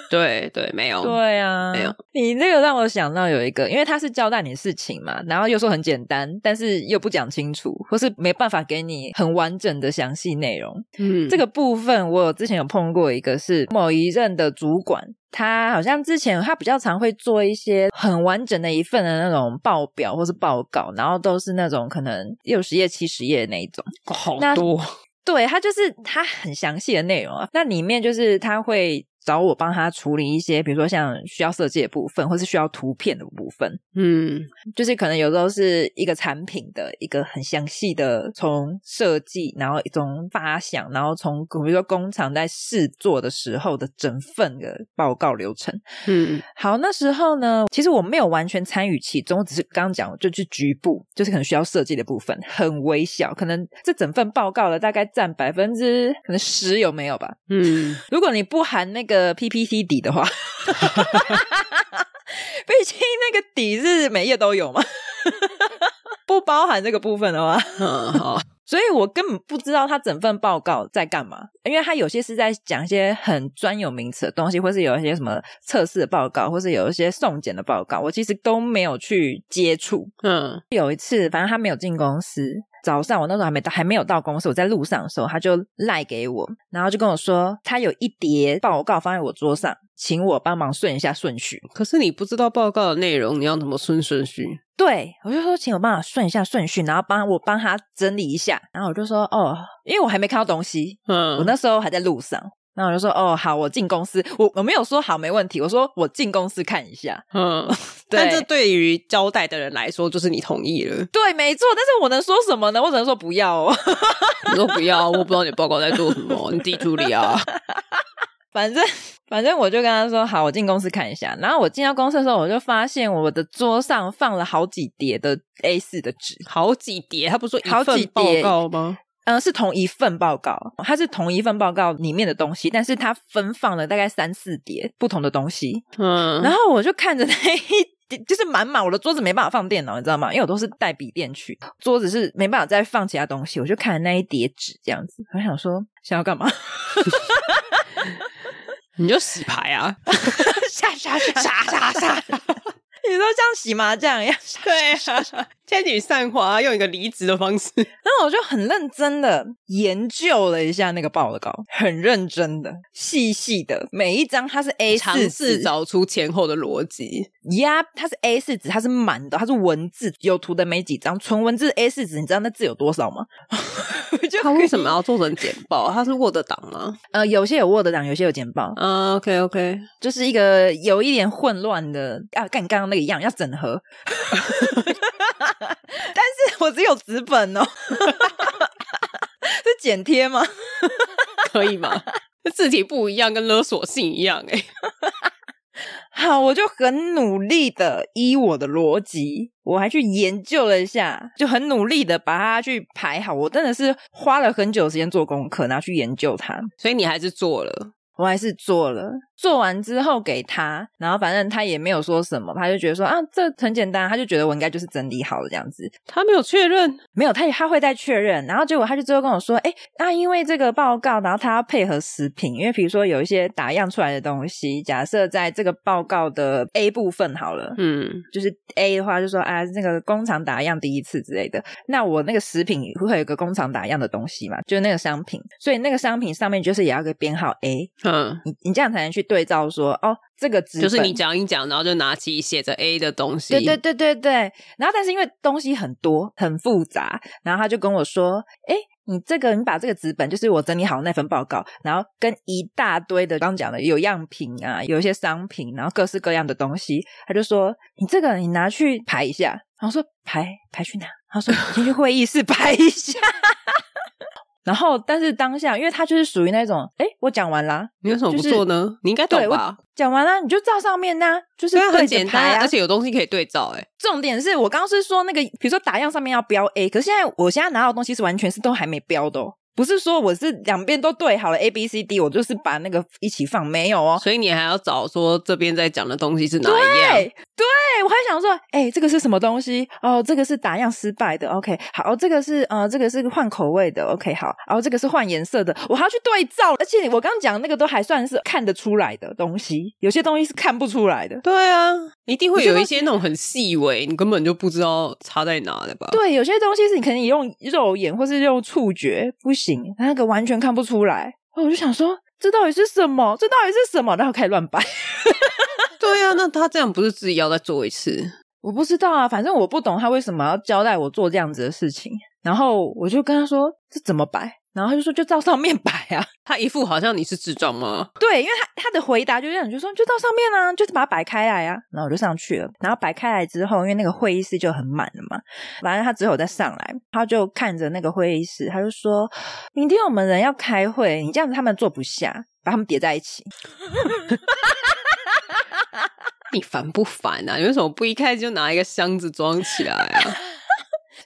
对对，没有。
对啊，
哦没有
你这个让我想到有一个，因为他是交代你事情嘛，然后又说很简单，但是又不讲清楚，或是没办法给你很完整的详细内容。
嗯，
这个部分我有之前有碰过一个是某一任的主管，他好像之前他比较常会做一些很完整的一份的那种报表或是报告，然后都是那种可能六十页、七十页那一种。
哦好
那
多，
对，它就是它很详细的内容啊。那里面就是他会找我帮他处理一些，比如说像需要设计的部分，或是需要图片的部分。
嗯
就是可能有时候是一个产品的一个很详细的从设计，然后从发想，然后从比如说工厂在试做的时候的整份的报告流程。
嗯
好，那时候呢，其实我没有完全参与其中，我只是刚刚讲，就是局部，就是可能需要设计的部分很微小，可能这整份报告的大概占百分之可能十有没有吧？
嗯，
如果你不含那个 PPT 底的话， 毕竟那个底是每页都有嘛， 不包含这个部分的话，
嗯好，
所以我根本不知道他整份报告在干嘛，因为他有些是在讲一些很专有名词的东西，或是有一些什么测试的报告，或是有一些送检的报告，我其实都没有去接触。
嗯
有一次，反正他没有进公司。早上我那时候还没到，还没有到公司，我在路上的时候，他就赖给我，然后就跟我说他有一叠报告放在我桌上，请我帮忙顺一下顺序。
可是你不知道报告的内容，你要怎么顺顺序？
对，我就说请我帮我顺一下顺序，然后帮我帮他整理一下。然后我就说哦，因为我还没看到东西，
嗯，
我那时候还在路上，然后我就说哦好，我进公司，我我没有说好没问题，我说我进公司看一下。
嗯，
对。
但这对于交代的人来说，就是你同意了
对，没错，但是我能说什么呢？我只能说不要哦。
你说不要，我不知道你报告在做什么，你自己处理啊。
反正反正我就跟他说好，我进公司看一下。然后我进到公司的时候，我就发现我的桌上放了好几叠的 A 四的纸，
好几叠，他不是说
好
一
几
份报
叠
告吗？
嗯、是同一份报告，它是同一份报告里面的东西，但是它分放了大概三四叠不同的东西。
嗯，
然后我就看着那一叠，就是满满我的桌子没办法放电脑，你知道吗？因为我都是带笔电去，桌子是没办法再放其他东西。我就看着那一叠纸这样子，我想说想要 干嘛？
你就洗牌啊，
下下下
傻傻傻。
你说像洗麻将一样，
对啊，仙女散花用一个离职的方式，
然后我就很认真的研究了一下那个报告，很认真的、细细的，每一张它是 A
尝
四
试
纸，
找出前后的逻辑。
呀它是 A 四纸，它是满的，它是文字，有图的没几张，纯文字 A 四纸，你知道那字有多少吗？ 就
他为什么
可以？
要做成简报？他是 Word 档吗？
呃，有些有 Word 档，有些有简报，
啊、o k OK，
就是一个有一点混乱的啊，干刚刚那个一样，要整合。 但是我只有纸本哦， 是剪贴吗？
可以吗？ 字体不一样，跟勒索信一样、欸， 哎，
好，我就很努力的依我的逻辑，我还去研究了一下，就很努力的把它去排好。我真的是花了很久的时间做功课，然后去研究它。
所以你还是做了。
我还是做了，做完之后给他，然后反正他也没有说什么，他就觉得说啊，这很简单，他就觉得我应该就是整理好了这样子。
他没有确认，
没有，他他会再确认，然后结果他就最后跟我说，哎，那、因为这个报告，然后他要配合食品，因为比如说有一些打样出来的东西，假设在这个报告的 A 部分好了，
嗯，
就是 A 的话就说啊，那个工厂打样第一次之类的，那我那个食品会有一个工厂打样的东西嘛，就是那个商品，所以那个商品上面就是也要个编号 A，
嗯，
你你这样才能去对照说，哦，这个纸
就是
本
你讲一讲，然后就拿起写着 A 的东西，
对对对对对。然后，但是因为东西很多很复杂，然后他就跟我说：“哎，你这个你把这个纸本，就是我整理好那份报告，然后跟一大堆的刚刚讲的有样品啊，有一些商品，然后各式各样的东西，他就说你这个你拿去排一下。”然后说排排去哪？他说先去会议室排一下。 然后，但是当下，因为他就是属于那种，哎，我讲完啦，
你为什么不
就是
做呢？你应该
对
懂吧
我？讲完啦，你就照上面呐、就是
虽然很
对着
简
排
单，
啊
而且有东西可以对照、欸，哎，
重点是我刚刚是说那个，比如说打样上面要标 A，可是现在我现在拿到的东西是完全是都还没标的哦，不是说我是两边都对好了 A B C D，我就是把那个一起放，没有哦。
所以你还要找说这边在讲的东西是哪一样，
对对，我还想说，哎、这个是什么东西？哦，这个是打样失败的。OK，好，哦、这个是呃，这个是换口味的。OK，好，然、后这个是换颜色的，我还要去对照。而且我刚讲那个都还算是看得出来的东西，有些东西是看不出来的。
对啊，一定会
你就
有一
说
些那种很细微，你根本就不知道差在哪的吧？
对，有些东西是你可能用肉眼或是用触觉不行，那个完全看不出来。哦我就想说，这到底是什么？这到底是什么？然后开始乱摆。
对啊，那他这样不是自己要再做一次？
我不知道啊，反正我不懂他为什么要交代我做这样子的事情。然后我就跟他说这怎么摆，然后他就说就照上面摆 啊。
他一副好像你是智障吗？
对，因为他他的回答就让你就说就照上面啊，就是把它摆开来啊。然后我就上去了，然后摆开来之后，因为那个会议室就很满了嘛，反正他只有再上来，他就看着那个会议室，他就说明天我们人要开会，你这样子他们坐不下，把他们叠在一起。
你烦不烦啊？你为什么不一开始就拿一个箱子装起来啊？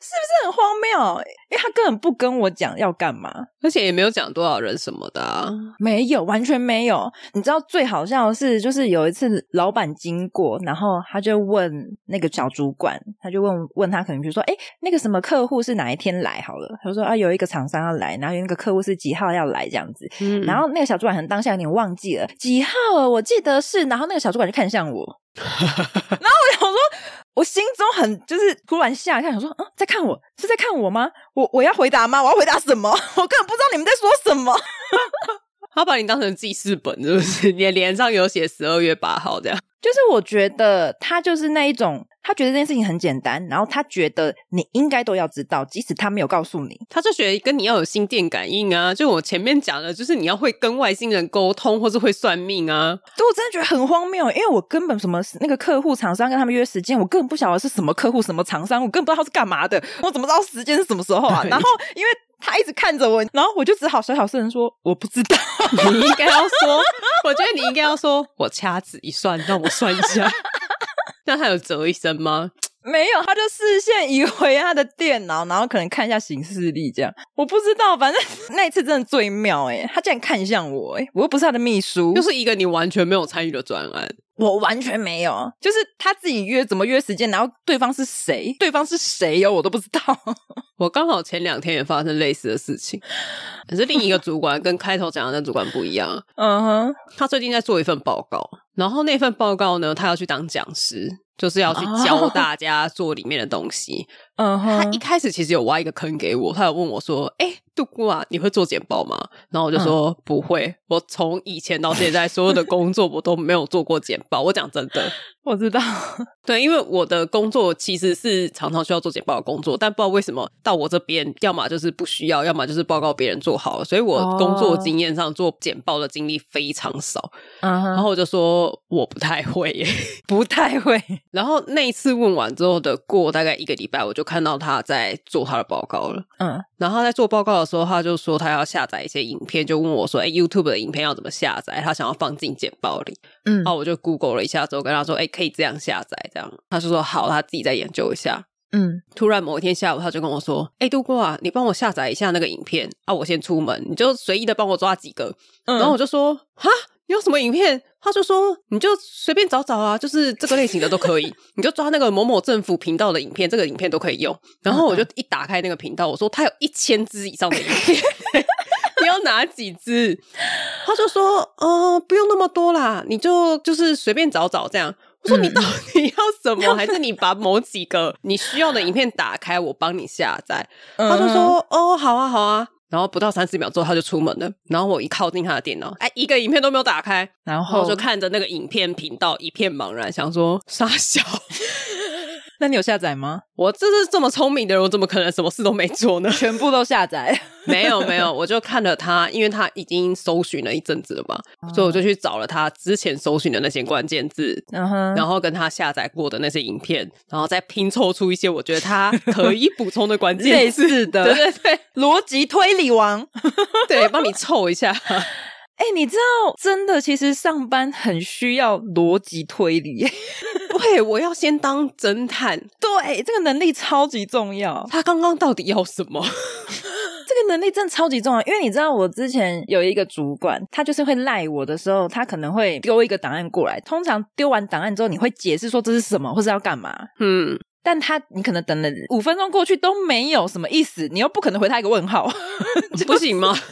这很荒谬，因为他根本不跟我讲要干嘛。
而且也没有讲多少人什么的、啊，
没有，完全没有。你知道最好笑的是，就是有一次老板经过，然后他就问那个小主管，他就问问他，可能比如说，哎，那个什么客户是哪一天来好了？他就说啊，有一个厂商要来，然后有那个客户是几号要来这样子。
嗯，
然后那个小主管可能当下有点忘记了几号了，我记得是。然后那个小主管就看向我，然后我想说，我心中很就是突然吓一跳，想说，嗯，在看我是在看我吗？我我要回答吗？我要回答什么？ 我根本不知道你们在说什么。
他把你当成记事本，是不是？ 你的脸上有写十二月八号这样，
就是我觉得他就是那一种，他觉得这件事情很简单，然后他觉得你应该都要知道，即使他没有告诉你。
他就觉得跟你要有心电感应啊。就我前面讲的，就是你要会跟外星人沟通，或是会算命啊。
对我真的觉得很荒谬，因为我根本什么那个客户厂商跟他们约时间，我根本不晓得是什么客户什么厂商，我根本不知道他是干嘛的，我怎么知道时间是什么时候啊？
对
然后因为他一直看着我，然后我就只好小小声地说我不知道。
你应该要说，我觉得你应该要说，我掐指一算，让我算一下。 那他有折一声吗？
没有，他就视线移回他的电脑，然后可能看一下行事历这样。我不知道，反正 那一次真的最妙诶、他竟然看向我诶、我又不是他的秘书，
就是一个你完全没有参与的专案，
我完全没有，就是他自己约怎么约时间，然后对方是谁，对方是谁哟、我都不知道。
我刚好前两天也发生类似的事情，可是另一个主管跟开头讲的那主管不一样。
嗯哼，
他最近在做一份报告，然后那份报告呢，他要去当讲师，就是要去
哦
教大家做里面的东西。
嗯
他
哼
一，开始其实有挖一个坑给我，他有问我说：“哎、杜姑啊，你会做简报吗？”然
嗯
后我就说：“不会，我从以前到现在所有的工作我都没有做过简报。”我讲真的，
我知道，
对，因为我的工作其实是常常需要做简报的工作，但不知道为什么到我这边，要么就是不需要，要么就是报告别人做好了，所以我工作
哦
经验上做简报的经历非常少。
嗯
然
哼，
后我就说我不太会耶。
不太会，
然后那一次问完之后的过大概一个礼拜，我就看到他在做他的报告了。
嗯
然后他在做报告的时候，他就说他要下载一些影片，就问我说：“哎、y o u t u b e 的影片要怎么下载？他想要放进简报里。”
嗯
然后我就 Google 了一下之后，跟他说：“哎、可以这样下载。”这样，他就说：“好，他自己再研究一下。
嗯，”
突然某一天下午，他就跟我说：“哎、杜哥啊，你帮我下载一下那个影片啊，我先出门，你就随意的帮我抓几个。”
然
然后我就说：“哈，你有什么影片？”他就说：“你就随便找找啊，就是这个类型的都可以， 你就抓那个某某政府频道的影片，这个影片都可以用。”然后我就一打开那个频道，我说：“他有一千支以上的影片。” 你要哪几支？他就说，呃，不用那么多啦，你就就是随便找找这样。我说
嗯
你到底要什么？还是你把某几个你需要的影片打开，我帮你下载？
嗯
他就说：“哦，好啊，好啊。”然后不到三十秒之后，他就出门了。然后我一靠近他的电脑，哎，一个影片都没有打开，
嗯，然
然后
后
我就，看着那个影片频道，一片茫然，想说傻小，
那你有下载吗？
我这是这么聪明的人，我怎么可能什么事都没做 呢？
全部都下载，
没有没有，我就看了他，因为他已经搜寻了一阵子了嘛，
哦
所以我就去找了他之前搜寻的那些关键字，
嗯哼，
然后跟他下载过的那些影片，然后再拼凑出一些我觉得他可以补充的关键
类
字，
似
对
的
对对
逻辑推理王。
对，帮你凑一下。
哎、你知道，真的，其实上班很需要逻辑推理，
对，我要先当侦探。
对，这个能力超级重要。
他刚刚到底要什么？
这个能力真的超级重要，因为你知道我之前有一个主管，他就是会赖我的时候，他可能会丢一个档案过来。通常丢完档案之后，你会解释说这是什么，或是要干嘛。
嗯，
但他你可能等了五分钟过去都没有什么意思，你又不可能回他一个问号，
不行吗？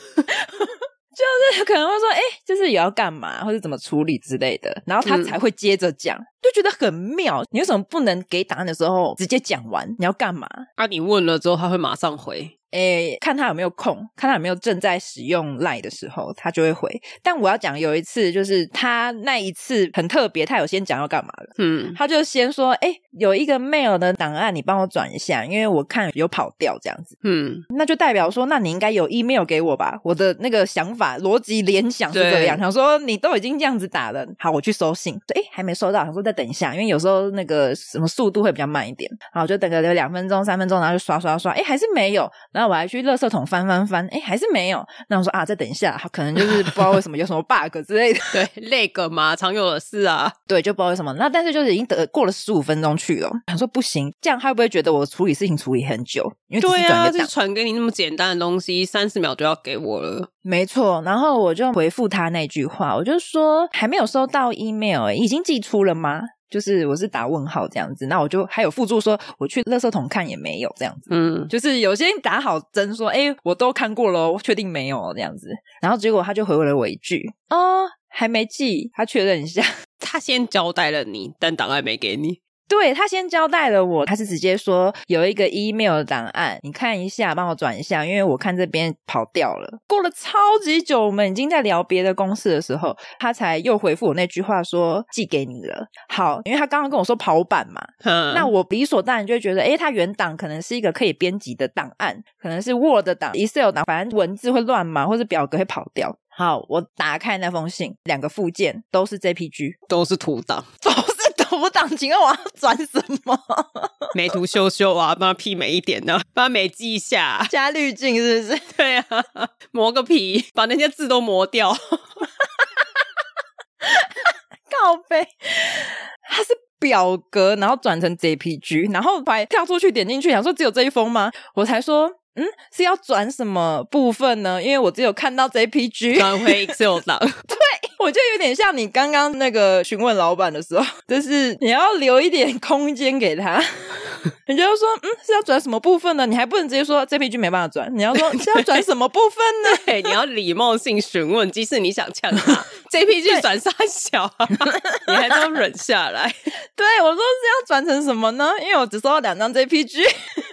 就是可能会说，哎、就是也要干嘛，或者怎么处理之类的，然后他才会接着讲，就觉得很妙。你为什么不能给档案的时候直接讲完你要干嘛？
啊，你问了之后，他会马上回。
诶，看他有没有空，看他有没有正在使用 Line 的时候，他就会回。但我要讲有一次，就是他那一次很特别，他有先讲要干嘛了，
嗯
他就先说：“诶，有一个 mail 的档案，你帮我转一下，因为我看有跑掉这样子。
嗯”
那就代表说，那你应该有 email 给我吧？我的那个想法逻辑联想是这样，
对
想说你都已经这样子打了，好，我去收信。诶，还没收到，想说再等一下，因为有时候那个什么速度会比较慢一点。好，我就等个两分钟、三分钟，然后就刷刷刷，诶，还是没有。然后我还去垃圾桶翻翻翻，诶，还是没有。那我说啊，再等一下，好可能就是不知道为什么有什么 bug 之类的。
对，那个嘛，常有的事啊。
对，就不知道为什么。那但是就是已经得过了十五分钟去了，想说不行，这样他会不会觉得我处理事情处理很久？因为只
对
是
啊，
转一
就
个
是
档，
传给你那么简单的东西，三十秒就要给我了。
没错。然后我就回复他那句话，我就说还没有收到 email，已欸经寄出了吗？就是我是打问号这样子。那我就还有附注说我去垃圾桶看也没有这样子。
嗯，
就是有些人打好针说，哎、我都看过喽，确定没有这样子。然后结果他就回了我一句，哦，还没寄，他确认一下。
他先交代了你，但档案没给你。
对他先交代了我，他是直接说有一个 email 档案，你看一下，帮我转一下，因为我看这边跑掉了。过了超级久，我们已经在聊别的公司的时候，他才又回复我那句话说寄给你了。好，因为他刚刚跟我说跑版嘛，
嗯，
那我理所当然就会觉得，诶，它原档可能是一个可以编辑的档案，可能是 Word 档、Excel 档，反正文字会乱码，或者表格会跑掉。好，我打开那封信，两个附件都是 JPG，
都是图档，
都是读档，请问我要转什么？
美图秀秀啊，帮他媲美一点呢、帮他美记一下、 啊
加滤镜是不是？
对啊， 磨个皮，把那些字都磨 掉。
告背，它是表格，然后转成 JPG，然后还跳出去点进去，想说只有这一封吗？我才说，嗯，是要转什么部分呢？因为我只有看到 JPG。
转回 Excel 档，
我就有点像你刚刚那个询问老板的时候，就是你要留一点空间给他。人家就说，嗯，是要转什么部分呢？你还不能直接说 JPG 没办法转，你要说是要转什么部分呢？
对，你要礼貌性询问，即使你想呛他 ，JPG 转杀小、啊，你还是要忍下来。
对我说是要转成什么呢？因为我只收到两张 JPG，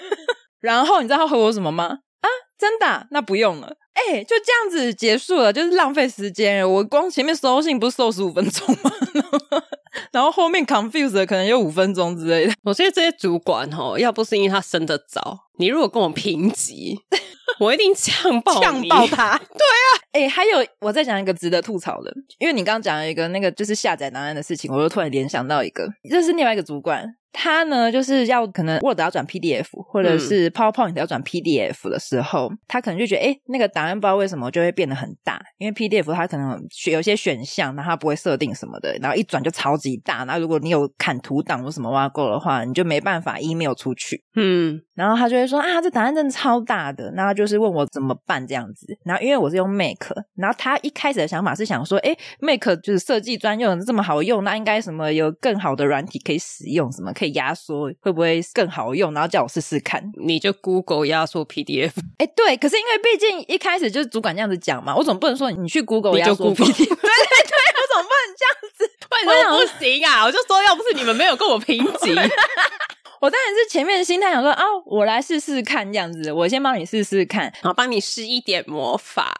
然后你知道他回我什么吗？啊，真的啊、那不用了。哎、就这样子结束了，就是浪费时间了。我光前面搜信不是搜十五分钟吗？ 然后后面 confuse 了可能有五分钟之类的。
我觉得这些主管哦，要不是因为他升得早，你如果跟我评级，我一定呛爆你
呛爆！他。对啊，哎、还有我再讲一个值得吐槽的，因为你刚刚讲了一个那个就是下载档案的事情，我又突然联想到一个，这是另外一个主管，他呢就是要可能 Word 要转 PDF 或者是 PowerPoint 要转 PDF 的时候，他可能就觉得哎、诶那个档案不知道为什么就会变得很大，因为 PDF 它可能选有些选项，然后它不会设定什么的，然后一转就超级大，然后如果你有砍图档或什么挖够的话，你就没办法 email 出去。
嗯，
然后他就会说啊，这档案真的超大的，那他就是问我怎么办这样子。然后因为我是用 Make，然后他一开始的想法是想说，诶 m a k e 就是设计专用的这么好用，那应该什么有更好的软体可以使用，什么可以压缩，会不会更好用？然后叫我试试看。
你就 Google 压缩 PDF，
诶，对，可是因为毕竟一开始就是主管这样子讲嘛，我总不能说你去 Google
你
压
就
缩
Google
PDF，对对对，我总不能这样子。
为
什么
不行啊？我就说，要不是你们没有跟我评 级，
我当然是前面的心态想说啊，我来试试看这样子，我先帮你试试看。
好，帮你施一点魔法。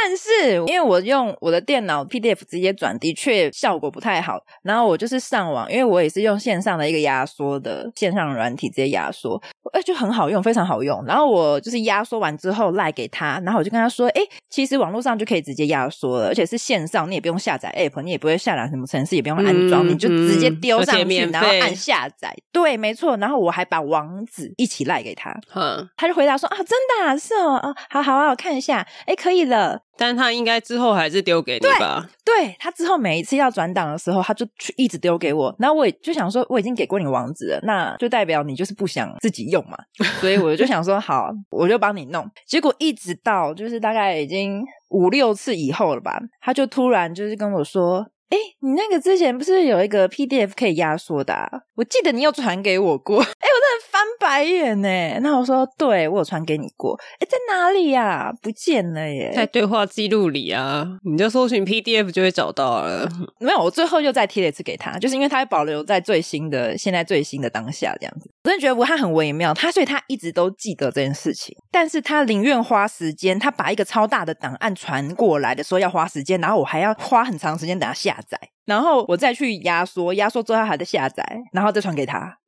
但是因为我用我的电脑 PDF 直接转，的确效果不太好。然后我就是上网，因为我也是用线上的一个压缩的线上软体直接压缩，哎，就很好用，非常好用。然后我就是压缩完之后赖给他，然后我就跟他说，哎，其实网络上就可以直接压缩了，而且是线上，你也不用下载 App，你也不会下载什么程式，也不用安装，
嗯
你就直接丢
嗯
上
而且
去，
免费
然后按下载。对，没错。然后我还把网址一起赖给他，
嗯，
他就回答说啊，真的、啊、是哦，哦，好好啊，我看一下，哎，可以了。
但他应该之后还是丢给你吧？
对他之后每一次要转档的时候，他就去一直丢给我，然后我也就想说，我已经给过你网址了，那就代表你就是不想自己用嘛，所以我就想说，好，我就帮你弄。结果一直到就是大概已经五六次以后了吧，他就突然就是跟我说。哎，你那个之前不是有一个 PDF 可以压缩的、啊？我记得你有传给我过。哎，我真的翻白眼呢。那我说，对我有传给你过。哎，在哪里呀、不见了耶！
在对话记录里啊，你就搜寻 PDF 就会找到了。
没有，我最后又再贴了一次给他，就是因为他保留在最新的、现在最新的当下这样子。我真的觉得他很微妙，他所以他一直都记得这件事情，但是他宁愿花时间，他把一个超大的档案传过来的时候要花时间，然后我还要花很长时间等他下载，然后我再去压缩，压缩之后他还在下载，然后再传给他。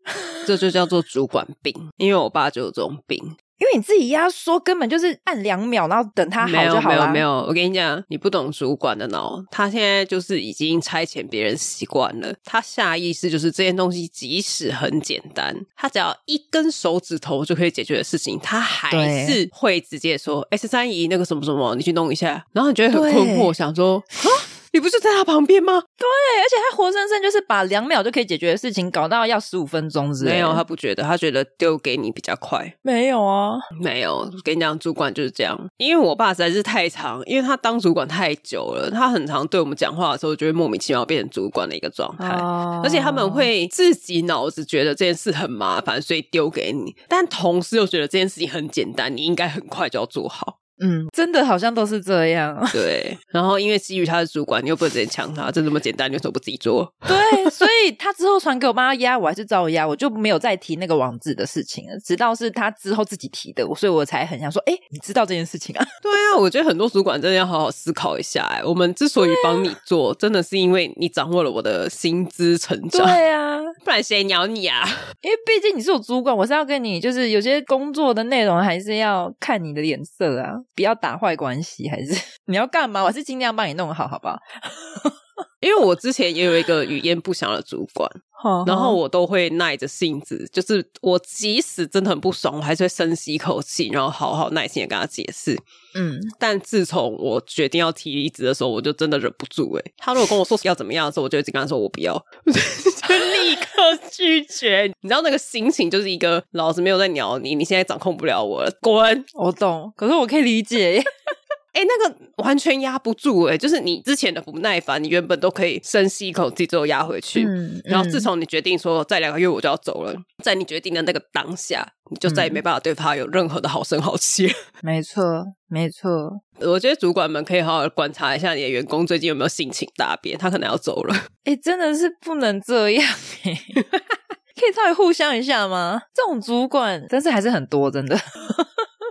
这就叫做主管病，因为我爸就有这种病。
因为你自己压缩根本就是按两秒，然后等他
没
好
有
就
嗯
好
没有
了。
没有，我跟你讲，你不懂主管的脑，他现在就是已经差遣别人习惯了，他下意识就是这件东西即使很简单，他只要一根手指头就可以解决的事情，他还
对
是会直接说：“哎，十三姨，那个什么什么，你去弄一下。”然后你就会很
对
困惑，想说：“啊，你不是在他旁边吗
对，而且他活生生就是把两秒就可以解决的事情搞到要十五分钟？”之类的。
没有，他不觉得，他觉得丢给你比较快。
没有啊，
没有，我跟你讲，主管就是这样。因为我爸实在是太长，因为他当主管太久了，他很常对我们讲话的时候，就会莫名其妙变成主管的一个状态。
哦
而且他们会自己脑子觉得这件事很麻烦，所以丢给你，但同时又觉得这件事情很简单，你应该很快就要做好。
嗯，真的好像都是这样。
对，然后因为基于他是主管，你又不能直接呛他，这这么简单，你为什么不自己做？
对，所以他之后传给我帮他压，我还是照压，我就没有再提那个网址的事情了。直到是他之后自己提的，所以我才很想说，哎，你知道这件事情 啊？
对啊，我觉得很多主管真的要好好思考一下、哎，我们之所以帮你做，真的是因为你掌握了我的薪资成长。
啊，
不然谁鸟你啊？
因为毕竟你是我主管，我是要跟你，就是有些工作的内容还是要看你的脸色啊，不要打坏关系，还是 你要干嘛？我是尽量帮你弄好，好不好？
因为我之前也有一个语焉不详的主管，然
哦
后我都会耐着性子，就是我即使真的很不爽，我还是会深吸一口气，然后好好耐心的跟他解释。
嗯，
但自从我决定要提离职的时候，我就真的忍不住哎、欸他如果跟我说要怎么样的时候，我就一直跟他说我不要，我就 立刻拒绝。你知道那个心情就是一个老子没有在鸟你，你现在掌控不了我了，滚！
我懂，可是我可以理解，
哎、那个完全压不住哎、就是你之前的不耐烦，你原本都可以深吸一口气之后压回去，
嗯
然后自
嗯
从你决定说再两个月我就要走了，在你决定的那个当下，你就
嗯
再也没办法对他有任何的好声好气。
没错，没错，
我觉得主管们可以好好地观察一下你的员工最近有没有性情大变，他可能要走了。
哎、真的是不能这样哎、可以稍微互相一下吗？这种主管，但是还是很多，真的。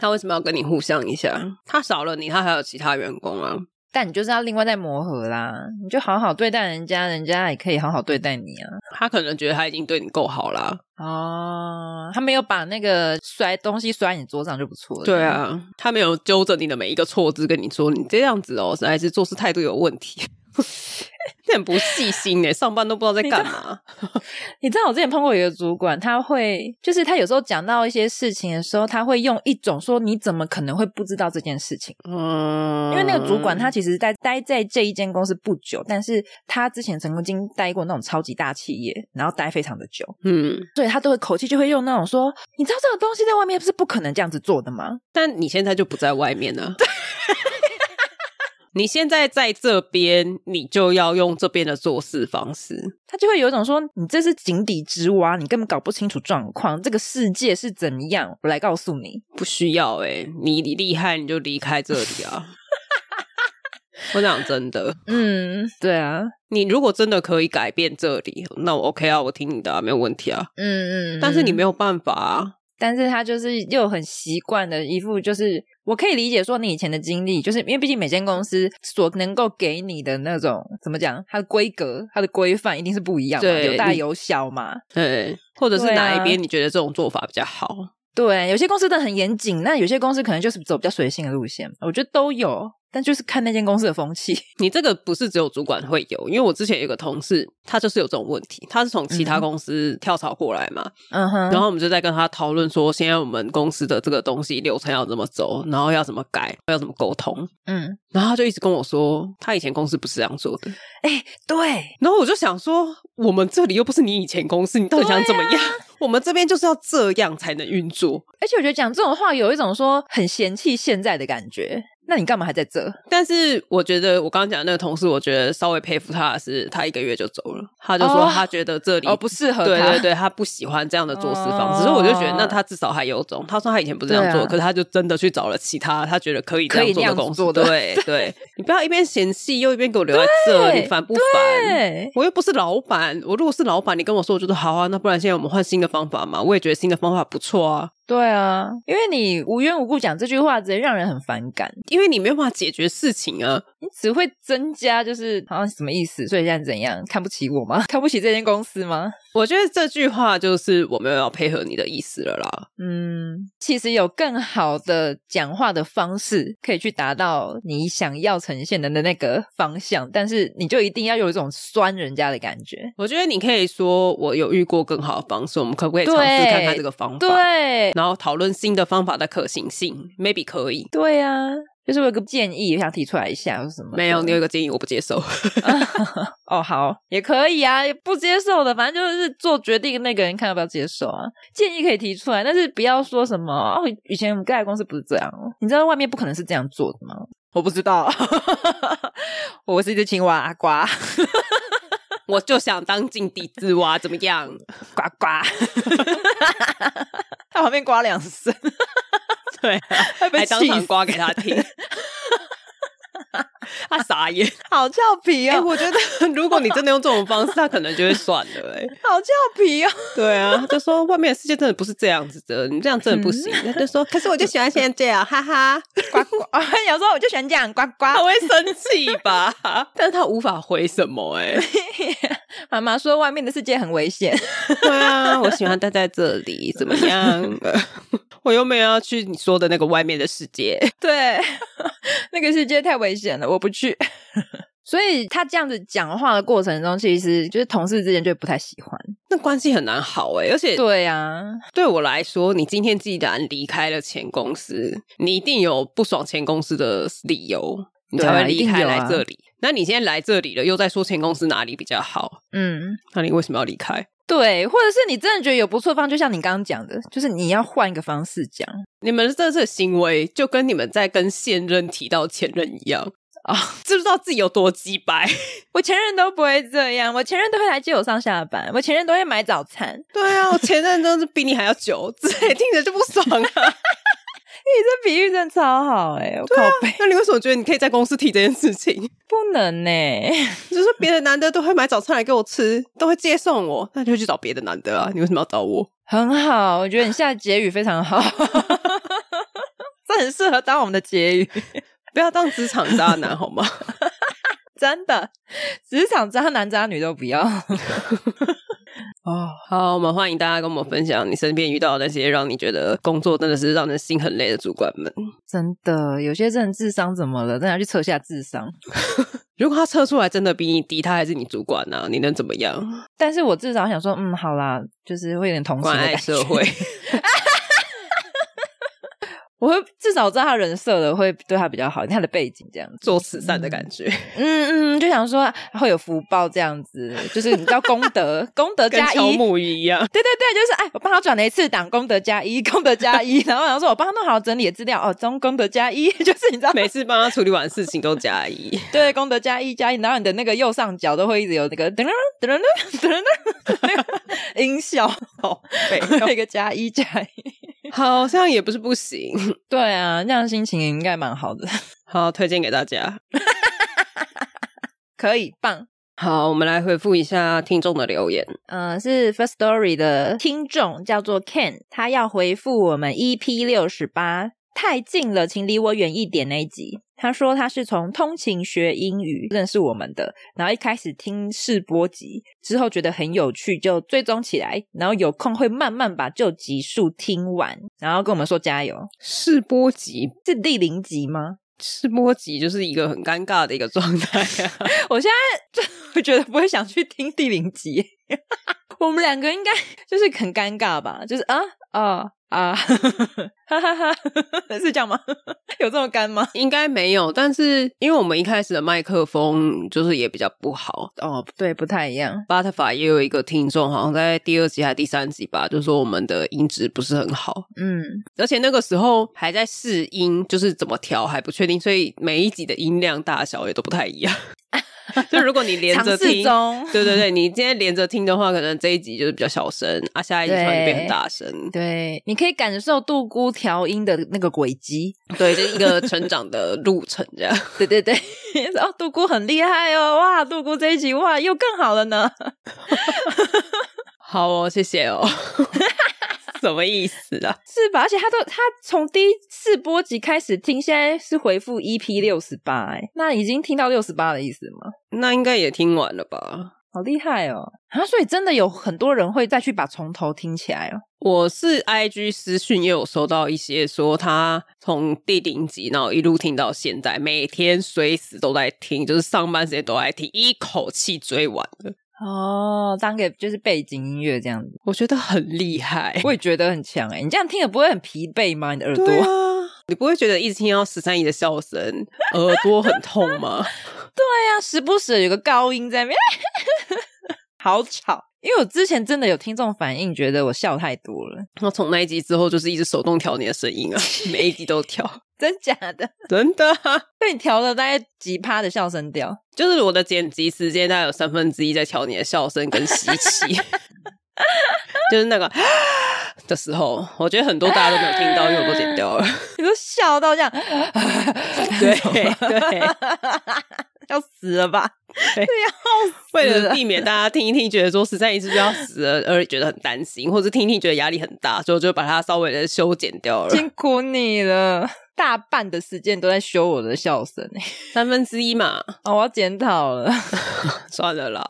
他为什么要跟你互相一下？他少了你，他还有其他员工啊。
但你就是要另外再磨合啦，你就好好对待人家，人家也可以好好对待你啊。
他可能觉得他已经对你够好啦。
哦，他没有把那个摔东西摔你桌上就不错了。
对，啊，他没有揪着你的每一个错字跟你说你这样子哦，实在是做事态度有问题。 这很不细心哎，上班都不知道在干嘛。
你知道我之前碰过一个主管，他会就是他有时候讲到一些事情的时候，他会用一种说你怎么可能会不知道这件事情？
嗯
因为那个主管他其实在待在这一间公司不久，但是他之前曾经待过那种超级大企业，然后待非常的久，
嗯，
所以他都会口气就会用那种说，你知道这个东西在外面是不可能这样子做的吗？
但你现在就不在外面呢、 你现在在这边，你就要用这边的做事方式。
他就会有一种说，你这是井底之蛙，你根本搞不清楚状况，这个世界是怎样，我来告诉你。
不需要哎、你你厉害你就离开这里啊！ 我讲真的，
嗯，对啊，
你如果真的可以改变这里，那我 OK 啊，我听你的、啊，没有问题啊。
嗯嗯
但是你
嗯
没有办法啊，
但是他就是又很习惯的一副，就是我可以理解说你以前的经历，就是因为毕竟每间公司所能够给你的那种怎么讲，它的规格、它的规范一定是不一样的，
对
有大
你
有小嘛。
对，或者是
对啊
哪一边你觉得这种做法比较好？
对，有些公司真的很严谨，那有些公司可能就是走比较随性的路线，我觉得都有，但就是看那间公司的风气。
你这个不是只有主管会有，因为我之前有个同事，他就是有这种问题，他是从其他
嗯
公司跳槽过来嘛，
嗯哼，
然后我们就在跟他讨论说，现在我们公司的这个东西流程要怎么走，然后要怎么改，要怎么沟通。
嗯，
然后他就一直跟我说，他以前公司不是这样做的。
哎、对，
然后我就想说，我们这里又不是你以前公司，你到底想怎么样？ 我们这边就是要这样才能运作。
而且我觉得讲这种话有一种说很嫌弃现在的感觉，那你干嘛还在这？
但是我觉得我刚刚讲的那个同事，我觉得稍微佩服他的是，他一个月就走了，他就说
哦
他觉得这里、
哦，不适合他，
对对对，他不喜欢这样的做事方式，所以我就觉得
哦
那他至少还有种。他说他以前不是这样做，
对啊
可是他就真的去找了其他他觉得可以这
可以
样做的
那样
公司。
做的
对对，你不要一边嫌弃又一边给我留在这，
对
你烦不烦？
对
我又不是老板，我如果是老板，你跟我说，我觉得好啊，那不然现在我们换新的方法嘛？我也觉得新的方法不错啊，
对啊，因为你无缘无故讲这句话，直接让人很反感，
因为你没有办法解决事情啊。
你只会增加就是好像什么意思？所以现在怎样？看不起我吗？ 看不起这间公司吗？
我觉得这句话就是我没有要配合你的意思了啦。
嗯，其实有更好的讲话的方式，可以去达到你想要呈现的那个方向，但是你就一定要有一种酸人家的感觉。
我觉得你可以说，我有遇过更好的方式，我们可不可以尝试看看这个方法？
对，
然后讨论新的方法的可行性，maybe 可以。
对啊，就是我有个建议，我想提出来一下，有什么的？
没有，你有一个建议我不接受。
哦，好，也可以啊，也不接受的，反正就是做决定的那个人看要不要接受啊。建议可以提出来，但是不要说什么哦，以前我们盖的公司不是这样哦，你知道外面不可能是这样做的吗？ 我不知道，我是一只青蛙，呱
我就想当井底之蛙，怎么样？
呱呱， 他旁边呱两声，
对、啊
会被
还当
气
场
死，
刮给 他听，他傻眼。
好俏皮
哎、
哦，
我觉得 如果你真的用这种方式，他可能就会算了、哎，
好俏皮哦，
对啊，就说外面的世界真的不是这样子的，你这样真的不行。他就说，嗯 可是我就喜欢现在这样，哈哈。
呱呱， 有时候我就喜欢这样呱呱。
他会生气吧？ 但是他无法回什么、哎。
妈妈说外面的世界很危险，
对啊，我喜欢待在这 里，怎么样？ 我又没有要去你说的那个外面的世界。
对，那个世界太危险了，我不去。 所以他这样子讲话的过程中，其实就是同事之间就不太喜欢。
那关系很难好哎、而且
对啊，
对我来说，你今天既然离开了前公司，你一定有不爽前公司的理由，你
对
才
啊
会离
一定
开
有啊
来这里。那你现在来这里了，又在说前公司哪里比较好，
嗯，
那你为什么要离开？
对，或者是你真的觉得有不错的方，就像你刚刚讲的，就是你要换一个方式讲
你们这次的行为就跟你们在跟现任提到前任一样，
啊、
知不知道自己有多鸡掰？
我前任都不会这样，我前任都会来接我上下班，我前任都会买早餐。
对啊，我前任都是比你还要久，这听着就不爽啊！
这比喻真的超好哎、我 靠背、
那你为什么觉得你可以在公司提这件事情？
不能呢、
就是别的男的都会买早餐来给我吃，都会接送我，那你就去找别的男的啊！你为什么要找我？
很好，我觉得你下的结语非常好， 这很适合当我们的结语，
不要当职场渣男 好吗？
真的，职场渣男渣女都不要。 哦，
好，我们欢迎大家跟我们分享你身边遇到的那些让你觉得工作真的是让人心很累的主管们。
真的，有些真的智商怎么了？真的要去测下智商。
如果他测出来真的比你低，他还是你主管呢、啊，你能怎么样？
但是我至少想说，嗯，好啦，就是会有点同情的
关爱
感觉
社会，
我会至少知道他人设了，会对他比较好，他的背景这样子。
做慈善的感觉，
嗯嗯，就想说会有福报这样子，就是你知道功德，功德
跟
加
乔
一。
木鱼一样。
对对对，就是哎，我帮他转了一次档，功德加一，功德加一， 然后然后说我帮他弄好整理的资料，哦，中功德加一， 就是你知道，
每次帮他处理完事情都加一，
对，功德加一加一，然后你的那个右上角都会一直有那个噔噔噔噔噔噔那 个音效，哦，
对
那个加一加 一，
好像也不是不行。
对啊，那样心情应该蛮好的，
好，推荐给大家。
可以棒。
好，我们来回复一下听众的留言。
嗯、是 First Story 的听众叫做 Ken，他要回复我们 EP 六十八太近了，请离我远一点那一集。他说他是从通勤学英语认识我们的，然后一开始听试播集，之后觉得很有趣，就追踪起来，然后有空会慢慢把旧集数听完，然后跟我们说加油。
试播集，
是第零集吗？
试播集就是一个很尴尬的一个状态啊。
我现在就我觉得不会想去听第零集， 我们两个应该 就是很尴尬吧？就是啊啊啊，哈哈哈，是这样吗？ 有这么干吗？
应该没有，但是因为我们一开始的麦克风就是也比较不好。
哦，对，不太一样。
巴特法也有一个听众，好像在第二集还是第三集吧，就说我们的音质不是很好，
嗯，
而且那个时候还在试音，就是怎么调还不确定，所以每一集的音量大小也都不太一样。就如果你连着
尝试
听，
中，
对对对，你今天连着听的话，可能这一集就是比较小声啊，下一集突然就变很大声，
对，你可以感受杜姑调音的那个轨迹。
对，就是一个成长的路程这样。
对对 对，哦，杜姑很厉害哦，哇，杜姑这一集哇又更好了呢。
好哦，谢谢哦。 什么意思啊？
是吧？而且他都他从第四波集开始听，现在是回复 EP 六十八，哎，那已经听到六十八的意思吗？
那应该也听完了吧？
好厉害哦！啊，所以真的有很多人会再去把从头听起来哦。
我是 IG 私讯也有收到一些说他从第零集，然后一路听到现在，每天随时都在听，就是上班时间都在听，一口气追完的，
哦，当个就是背景音乐这样子，
我觉得很厉害。
我也觉得很强哎。你这样听了不会很疲惫 吗？你的耳朵？
对啊，你不会觉得一直听到十三姨的笑声， 耳朵很痛吗？
对呀、时不时有个高音在那边， 好吵。因为我之前真的有听众反映，觉得我笑太多了，
然后从那一集之后，就是一直手动调你的声 音啊，每一集都调，
真假的？
真的啊、
被你调了大概几趴的笑声调。
就是我的剪辑时间大概有三分之一在调你的笑声跟吸气， 就是那个 的时候，我觉得很多大家都没有听到，因为我都剪掉 了。
你都笑到 这样，
对
那 种吗，要死了吧？
对
对，要死
为了避免大家听一听觉得说十三姨是不是要死了，而觉得很担心，或者听一听觉得压力很大，所以我就把它稍微的修剪掉了，
辛苦你了，大半的时间都在修我的笑声、欸、
三分之一嘛，
哦，我要检讨了，
算了啦。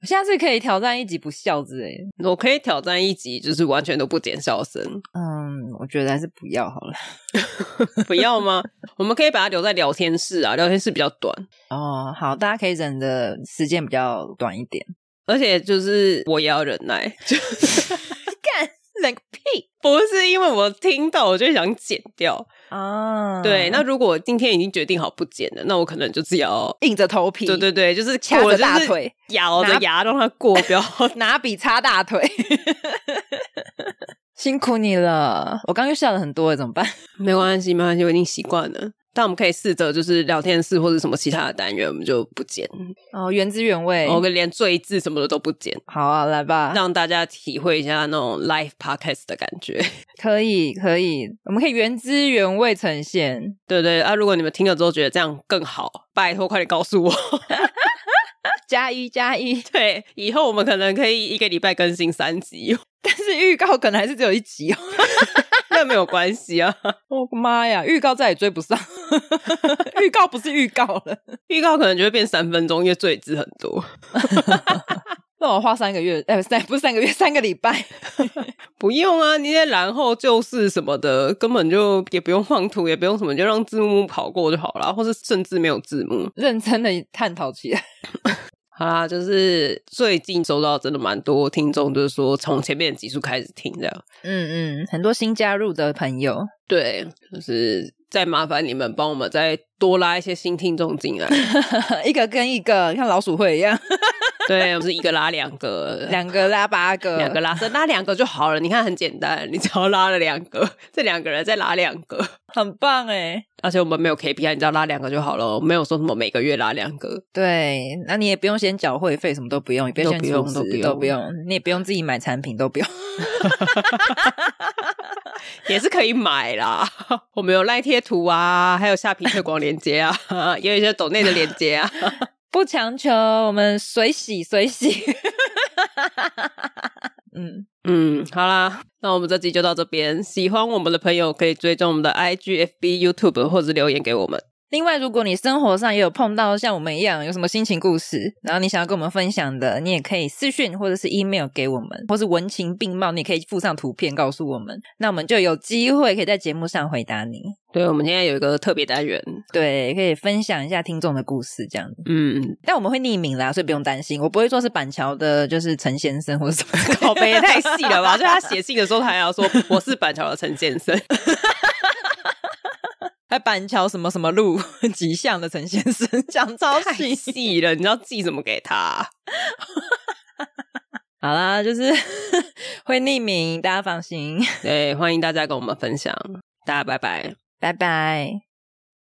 我下次可以挑战一集不笑之类的。
我可以挑战一集，就是完全都不剪笑声，
嗯，我觉得还是不要好了。
不要吗？我们可以把它留在聊天室啊，聊天室比较短。
哦，好，大家可以忍的时间比较短一点。
而且就是我也要忍耐，就
干冷个屁
不是因为我听到我就想剪掉。
啊！
对，那如果我今天已经决定好不剪了，那我可能就只要。
硬着头皮，
对对对，就是
掐着
我就是
大腿，
咬着
拿
牙让它过，不要
拿笔擦大腿， 辛苦你了。我刚刚又笑了很多，怎么办？
没关系，没关系，我已经习惯了。但我们可以试着就是聊天室或者什么其他的单元，我们就不剪，
哦，原汁原味。
我们连赘字什么的都不剪，
好啊，来吧，
让大家体会一下那种 live podcast 的感觉。
可以可以，我们可以原汁原味呈现。
对对啊，如果你们听了之后觉得这样更好，拜托快点告诉我。
加一加一，
对，以后我们可能可以一个礼拜更新三集，哦
但是预告可能还是只有一集哦。
那没有关系啊。
我妈呀，预告再也追不上， 预告不是预告了。
预告可能就会变三分钟，因为赘字很多。
那我花三个月，哎、三不是三个月，三个礼拜。
不用啊，那些然后就是什么的，根本就也不用放图，也不用什么，就让字幕跑过就好了，或是甚至没有字幕。
认真的探讨起来。
好啦，就是最近收到真的蛮多听众，就是说从前面的集数开始听这样。
嗯嗯，很多新加入的朋友，
对，就是再麻烦你们帮我们再多拉一些新听众进 来。
一个跟一个像老鼠会一 样，
对，我们是一个拉两个，
两个拉八 个，
两个拉，再拉两个就好了。你看很简单，你只要拉了两个，这两个人再拉两个，
很棒哎。
而且我们没有 KPI，你只要拉两个就好了，没有说什么每个月拉两个。
对，那你也不用先缴会费，什么都不用，也不用
都
先
不用
储值
都不用
都不用，你也不用自己买产品，都不用。
也是可以买啦。 我们有赖贴图啊，还有下皮推广链接啊， 也有一些抖内的链接啊。
不强求，我们随喜随喜。嗯，
嗯，好啦，那我们这集就到这边。喜欢我们的朋友可以追踪我们的 IG、FB、YouTube，或者留言给我们。
另外，如果你生活上也有碰到像我们一样有什么心情故事，然后你想要跟我们分享的，你也可以私讯或者是 email 给我们，或是文情并茂，你也可以附上图片告诉我们，那我们就有机会可以在节目上回答你。
对，我们现在有一个特别单元，
对，可以分享一下听众的故事这样子。
嗯，
但我们会匿名啦，所以不用担心，我不会说是板桥的，就是陈先生或者什么
口碑也太细了吧？就他写信的时候，他还要说我是板桥的陈先生，
还板桥什么什么路几巷的陈先生， 讲超
太
细。
细了，你知道寄什么给他、
好啦，就是 会匿名，大家放心，
对，欢迎大家跟我们分享，大家拜拜。
拜拜。